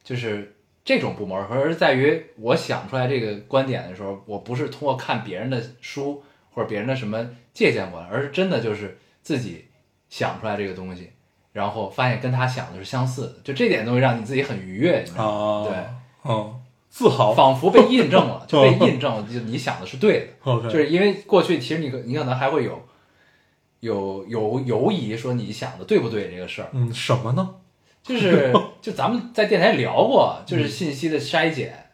A: 就是这种不谋而合，而是在于我想出来这个观点的时候，我不是通过看别人的书或者别人的什么借鉴过来，而是真的就是自己想出来这个东西，然后发现跟他想的是相似的，就这点东西让你自己很愉悦，你知道吗？
B: 啊，
A: 对，
B: 嗯，自豪
A: 仿佛被印证了，就被印证了，就你想的是对的。
B: ，OK，
A: 就是因为过去其实你可你可能还会有有有犹疑，说你想的对不对这个事儿，
B: 嗯，什么呢？
A: 就是
B: (laughs)
A: 就咱们在电台聊过，就是信息的筛检，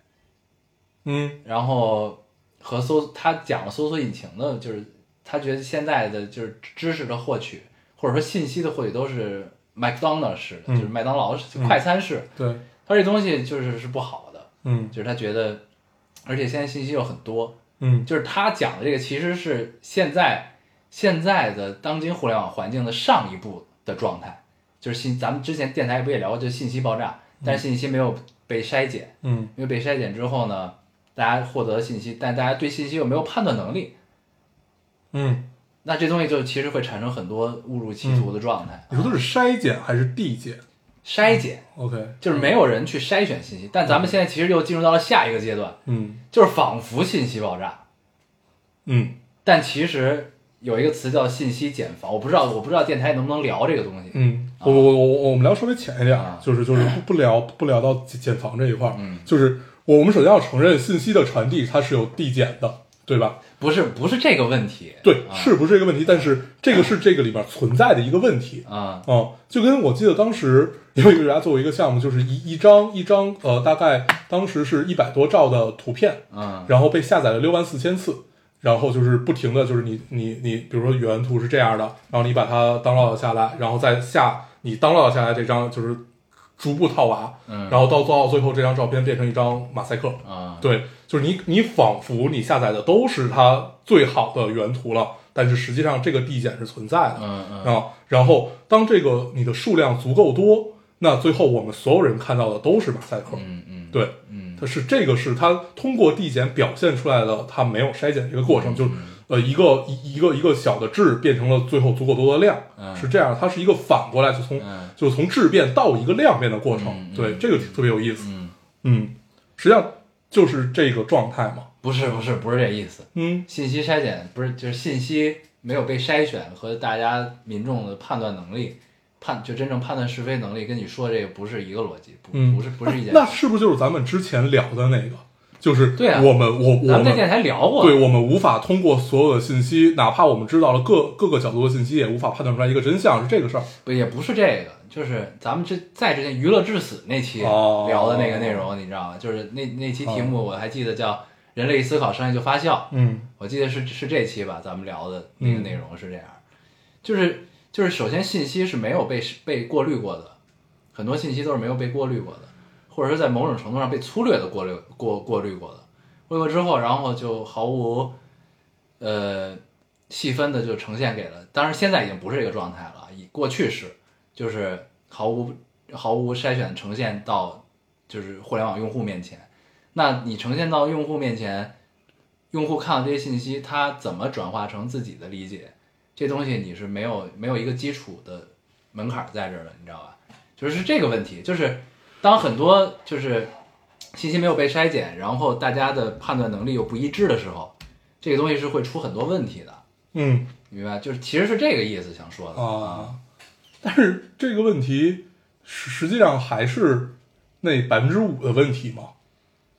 B: 嗯
A: 然后和搜他讲了搜索引擎的，就是他觉得现在的就是知识的获取或者说信息的获取都是麦当劳式的，
B: 嗯
A: 就是麦当劳式、快餐式，
B: 对，
A: 他这东西就是是不好的，
B: 嗯
A: 就是他觉得，而且现在信息又很多，
B: 嗯
A: 就是他讲的这个其实是现在现在的当今互联网环境的上一步的状态，就是信咱们之前电台不也聊过，就是信息爆炸，但是信息没有被筛检，
B: 嗯
A: 因为被筛检之后呢，大家获得信息，但大家对信息又没有判断能力，
B: 嗯，
A: 那这东西就其实会产生很多误入歧途的状态。
B: 你说的是筛检还是递减
A: 筛检
B: ？OK，
A: 就是没有人去筛选信息，但咱们现在其实又进入到了下一个阶段，
B: 嗯
A: 就是仿佛信息爆炸，
B: 嗯
A: 但其实有一个词叫信息茧房，我不知道，我不知道电台能不能聊这个东西。
B: 嗯，我我我我我们聊稍微浅一点
A: 啊，
B: 就是就是不不聊不聊到减减房这一块儿
A: 嗯，
B: 就是我我们首先要承认信息的传递它是有递减的，对吧？
A: 不是不是这个问题。
B: 对，
A: 啊
B: 是不是这个问题？但是这个是这个里边存在的一个问题
A: 啊，
B: 哦、就跟我记得当时有一个人家做过一个项目，就是一一张一张呃，大概当时是一百多兆的图片，
A: 嗯
B: 然后被下载了六万四千次，然后就是不停的就是你你你，比如说原图是这样的，然后你把它 download 下来，然后再下你 download 下来这张就是逐步套娃，
A: 嗯，
B: 然后到到最后这张照片变成一张马赛克，
A: 啊，
B: 对，就是你你仿佛你下载的都是它最好的原图了，但是实际上这个递减是存在的
A: 嗯嗯，
B: 啊。然后当这个你的数量足够多，那最后我们所有人看到的都是马赛克。
A: 嗯嗯，
B: 对，
A: 嗯
B: 它是这个是它通过递减表现出来的，它没有筛检这个过
A: 嗯
B: 程，就是呃一个一一个一个小的质变成了最后足够多的量，
A: 嗯
B: 是这样，它是一个反过来就从
A: 嗯
B: 就从质变到一个量变的过程
A: 嗯嗯，
B: 对，这个特别有意思。
A: 嗯
B: 嗯，实际上就是这个状态嘛。
A: 不是不是不是这意思，
B: 嗯
A: 信息筛选不是就是信息没有被筛选和大家民众的判断能力，判就真正判断是非能力跟你说这个不是一个逻辑，不、
B: 嗯，
A: 不是不是一件
B: 那
A: 事。
B: 是不是就是咱们之前聊的那个？就是
A: 对啊
B: 我们我我
A: 咱们
B: 们
A: 在电台聊过，
B: 对我们无法通过所有的信息，哪怕我们知道了各各个角度的信息，也无法判断出来一个真相，是这个事儿。
A: 不也不是这个，就是咱们之在之前娱乐至死那期
B: 哦
A: 聊的那个内容，你知道吗？就是那那期题目我还记得叫“人类一思考，商业就发酵”，
B: 嗯
A: 我记得是是这期吧，咱们聊的那个
B: 嗯
A: 内容是这样，就是就是首先信息是没有被被过滤过的，很多信息都是没有被过滤过的，或者说在某种程度上被粗略的过滤过过滤过的，过滤过之后，然后就毫无呃细分的就呈现给了，当然现在已经不是这个状态了，以过去是就是毫无毫无筛选呈现到就是互联网用户面前，那你呈现到用户面前。用户看到这些信息，他怎么转化成自己的理解，这东西你是没有没有一个基础的门槛在这儿的，你知道吧？就是这个问题，就是当很多就是信息没有被筛减，然后大家的判断能力又不一致的时候，这个东西是会出很多问题的，
B: 嗯
A: 你明白？就是其实是这个意思想说的
B: 啊，但是这个问题实实际上还是那百分之五的问题嘛，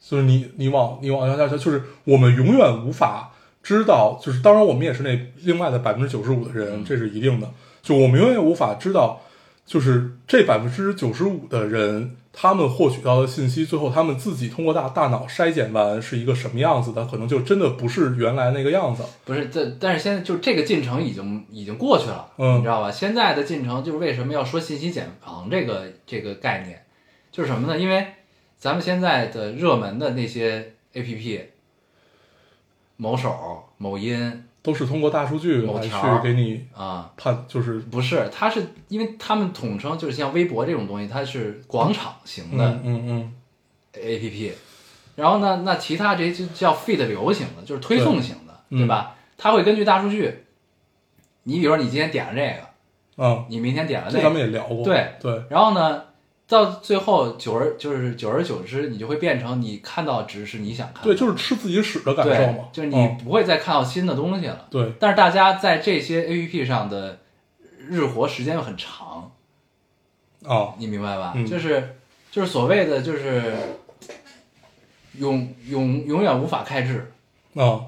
B: 就是你你往你往下下就是我们永远无法知道，就是当然我们也是那另外的百分之九十五的人，这是一定的，就我们永远无法知道，就是这百分之九十五的人。他们获取到的信息，最后他们自己通过大大脑筛减完是一个什么样子的，可能就真的不是原来那个样子。
A: 不是，但但是现在就这个进程已经已经过去了，
B: 嗯
A: 你知道吧？现在的进程就是为什么要说信息茧房这个这个概念，就是什么呢？因为咱们现在的热门的那些 A P P，某手、某音
B: 都是通过大数据来去给你
A: 啊、
B: 判，就是
A: 不是，它是因为他们统称就是像微博这种东西，它是广场型的
B: 嗯嗯嗯，
A: A P P，然后呢，那其他这些就叫 feed 流型的，就是推送型的，
B: 对嗯
A: 对吧？它会根据大数据，你比如说你今天点了这个。
B: 啊，
A: 你明天点了
B: 这
A: 那
B: 咱们
A: 个，
B: 也聊过，
A: 对
B: 对，
A: 然后呢，到最后久而就是久而久之，你就会变成你看到只是你想看到
B: 对，
A: 的，
B: 就是吃自己屎的感
A: 对
B: 受嘛，
A: 就是你
B: 嗯
A: 不会再看到新的东西了。
B: 对，
A: 但是大家在这些 A P P 上的日活时间又很长，
B: 啊，
A: 你明白吧？
B: 嗯
A: 就是就是所谓的就是永永永远无法开智，
B: 啊，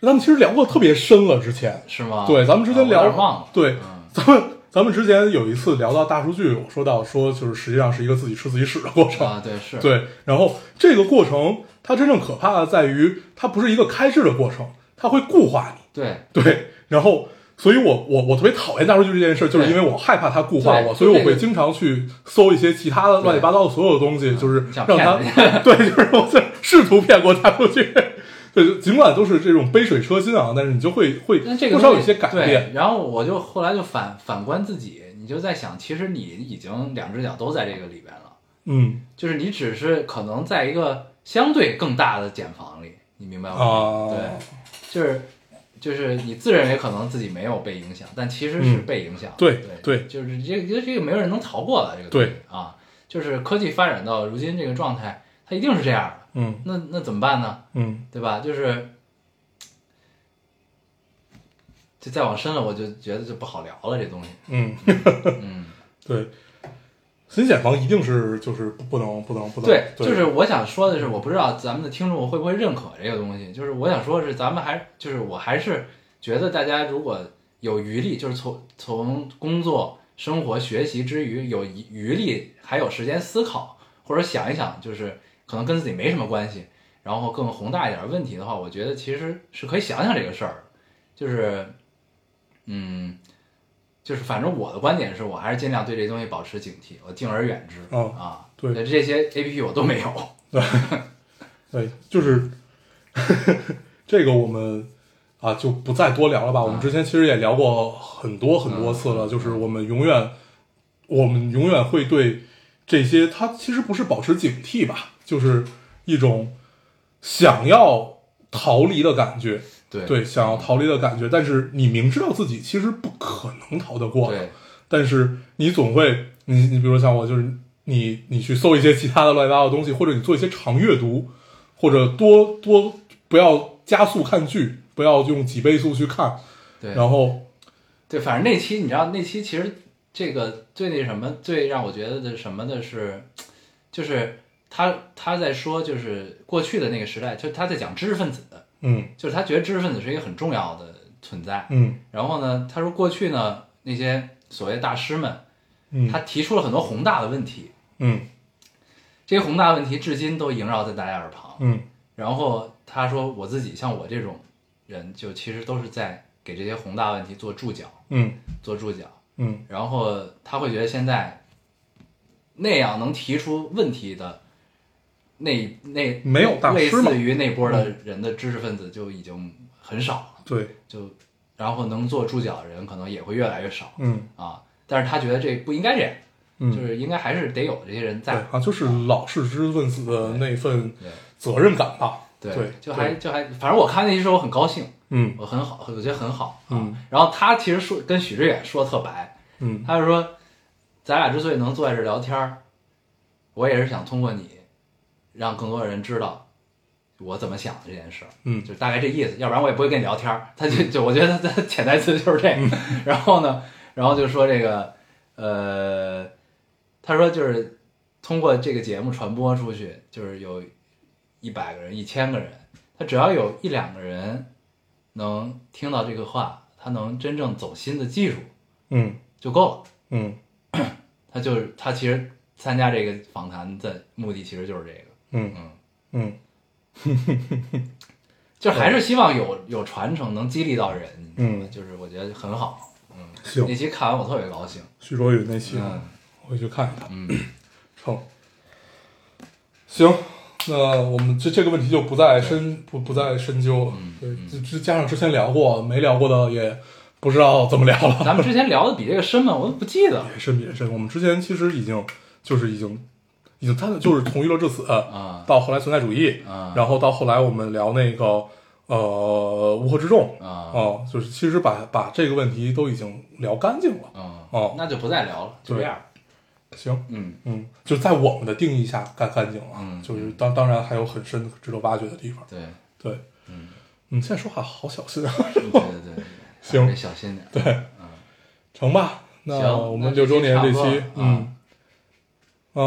B: 咱们其实聊过特别深了，之前，
A: 是吗？
B: 对，咱们之前
A: 啊我有
B: 聊
A: 点忘了，
B: 对
A: 嗯，
B: 咱们咱们之前有一次聊到大数据，我说到说就是实际上是一个自己吃自己屎的过程，
A: 啊，对是，
B: 对，然后这个过程它真正可怕的在于它不是一个开智的过程，它会固化你。
A: 对
B: (laughs) 对，然后，所以我我我特别讨厌大数据这件事，就是因为我害怕它固化
A: 对就
B: 我，所以我
A: 这个
B: 会经常去搜一些其他的乱七八糟的所有东西，就是
A: 想
B: 让
A: 骗
B: 它
A: 人
B: 对，就是我在试图骗过大数据。对，尽管都是这种杯水车薪啊，但是你就会会
A: 但这个
B: 多
A: 东西
B: 少有一些改变。
A: 对，然后我就后来就反反观自己，你就在想，其实你已经两只脚都在这个里边了，
B: 嗯
A: 就是你只是可能在一个相对更大的茧房里，你明白吗？
B: 啊，
A: 对，就是就是你自认为可能自己没有被影响，但其实是被影响的。
B: 嗯对
A: 对
B: 对
A: 就是这个这个没有人能逃过的这个东西啊，就是科技发展到如今这个状态，它一定是这样的。
B: 嗯
A: 那那怎么办呢？
B: 嗯
A: 对吧？就是，就再往深了，我就觉得就不好聊了，这东西。
B: 嗯，
A: 嗯，
B: 对，新险房一定是就是不不能不能不能
A: 对，
B: 对，
A: 就是我想说的是，我不知道咱们的听众会不会认可这个东西。就是我想说的是，咱们还就是我还是觉得大家如果有余力，就是从从工作、生活、学习之余有余余力，还有时间思考或者想一想，就是可能跟自己没什么关系，然后更宏大一点的问题的话，我觉得其实是可以想想这个事儿的。就是，嗯，就是反正我的观点是我还是尽量对这东西保持警惕，我敬而远之、
B: 哦
A: 啊。
B: 对
A: 这些 A P P 我都没有。
B: 对，哎就是这个我们啊就不再多聊了吧。我们之前其实也聊过很多很多次了，就是我们永远我们永远会对这些，它其实不是保持警惕吧，就是一种想要逃离的感觉。
A: 对
B: 对，想要逃离的感觉，但是你明知道自己其实不可能逃得过的，
A: 对
B: 但是你总会，你你比如像我，就是你你去搜一些其他的乱七八糟的东西，或者你做一些长阅读，或者多多不要加速看剧，不要用几倍速去看，
A: 对，
B: 然后
A: 对，反正那期你知道，那期其实这个最那什么，最让我觉得的什么的是，就是他他在说，就是过去的那个时代，就是他在讲知识分子，
B: 嗯
A: 就是他觉得知识分子是一个很重要的存在。
B: 嗯
A: 然后呢，他说过去呢那些所谓大师们，
B: 嗯
A: 他提出了很多宏大的问题，
B: 嗯
A: 这些宏大问题至今都萦绕在大家耳旁。
B: 嗯
A: 然后他说，我自己像我这种人，就其实都是在给这些宏大问题做注脚，
B: 嗯
A: 做注脚。
B: 嗯
A: 然后他会觉得现在那样能提出问题的那那
B: 没有大师
A: 类
B: 嘛嗯
A: 似于那波的人的知识分子就已经很少了，
B: 对，
A: 就然后能做注脚的人可能也会越来越少
B: 嗯
A: 啊。但是他觉得这不应该这样，
B: 嗯，
A: 就是应该还是得有这些人
B: 对
A: 在，
B: 啊，就是老式知识分子的那份
A: 对
B: 责任感吧，
A: 对，
B: 对
A: 就还就还，反正我看那时候我很高兴，
B: 嗯
A: 我很好，我觉得很好啊。
B: 嗯
A: 然后他其实说跟许志远说得特白，
B: 嗯
A: 他就说，咱俩之所以能坐在这儿聊天儿，我也是想通过你，让更多人知道我怎么想的这件事儿，
B: 嗯
A: 就是大概这意思。要不然我也不会跟你聊天儿。他就就我觉得他他潜台词就是这个。 (laughs) 然后呢，然后就说这个，呃，他说就是通过这个节目传播出去，就是有一百个人、一千个人，他只要有一两个人能听到这个话，他能真正走心的记住
B: 嗯
A: 就够了。
B: 嗯
A: 他就是他其实参加这个访谈的目的其实就是这个，
B: 嗯
A: 嗯，
B: 嗯，
A: 就还是希望有有传承，能激励到人，你知道吗
B: 嗯
A: 就是我觉得很好。
B: 行
A: 那，期看完我特别高兴，
B: 徐卓宇那期
A: 嗯
B: 回去看一看，
A: 嗯，
B: (clears throat) 成。行，那我们这这个问题就不再深不不再深究了，
A: 嗯
B: 对，这这加上之前聊过没聊过的也不知道怎么聊了， (laughs)
A: 咱们之前聊的比这个深吗？我都不记得
B: 也深也深，我们之前其实已经就是已经已经探讨就是从娱乐至死
A: 啊
B: 到后来存在主义，
A: 啊
B: 然后到后来我们聊那个呃乌合之众
A: 啊
B: 哦、就是其实把把这个问题都已经聊干净了。
A: 嗯
B: 哦
A: 那就不再聊了，就这样，
B: 行，
A: 嗯
B: 嗯，就在我们的定义下干干净了，
A: 嗯
B: 就是当当然还有很深值得挖掘的地 (laughs) 方。
A: 对
B: 对，
A: 嗯，
B: 你现在说话好小心啊， (laughs)
A: 对对对，
B: 行
A: 得小心点，对，
B: 成吧？那
A: 行
B: 我
A: 那
B: 们
A: 这
B: 六周
A: 期
B: 年
A: 差
B: 这
A: 不多
B: 期
A: 了，
B: 嗯，啊，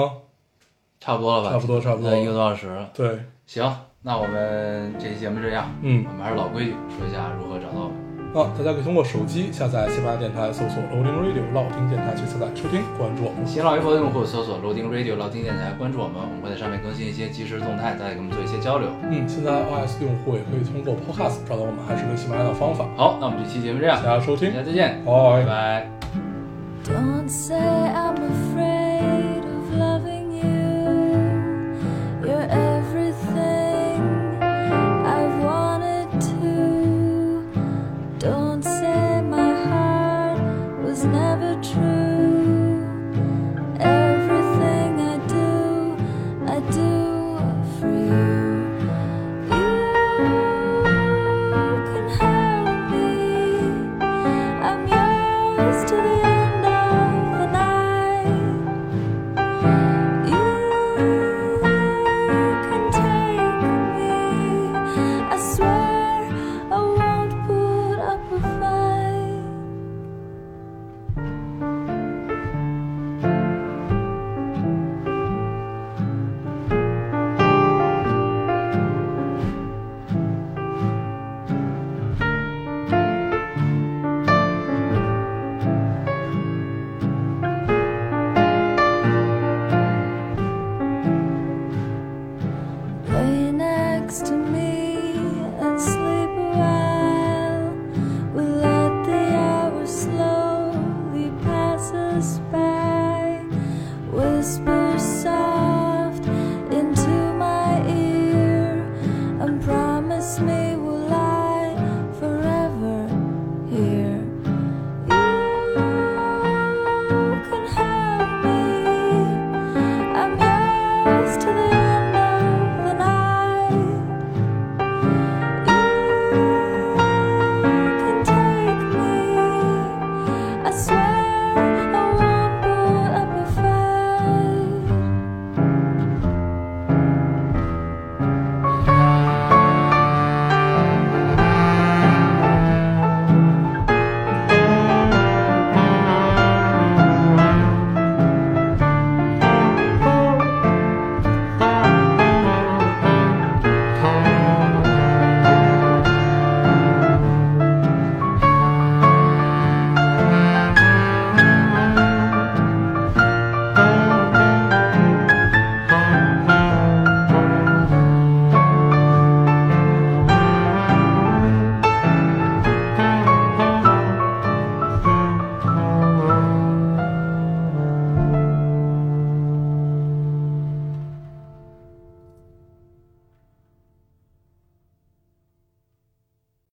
A: 差不多了吧？
B: 差不多差不多
A: 呃一个多小时了，
B: 对，
A: 行，那我们这期节目这样，
B: 嗯
A: 我们还是老规矩，说一下如何找到我们。
B: 啊，大家可以通过手机下载喜马拉雅电台，搜索 Loading Radio 老听电台去下载收听，关注我们。
A: 新浪微博用户搜索 “loading radio” 老丁电台，关注我们，我们会在上面更新一些即时动态，大家跟我们做一些交流。
B: 嗯，现在 iOS 用户也可以通过 Podcast 找到我们，还是跟喜马拉雅的方法。
A: 好，那我们这期节目这样
B: 谢谢，大家收
A: 大
B: 听，
A: 家再见，
B: 拜
A: 拜
B: 拜。
A: 拜。
C: Don't say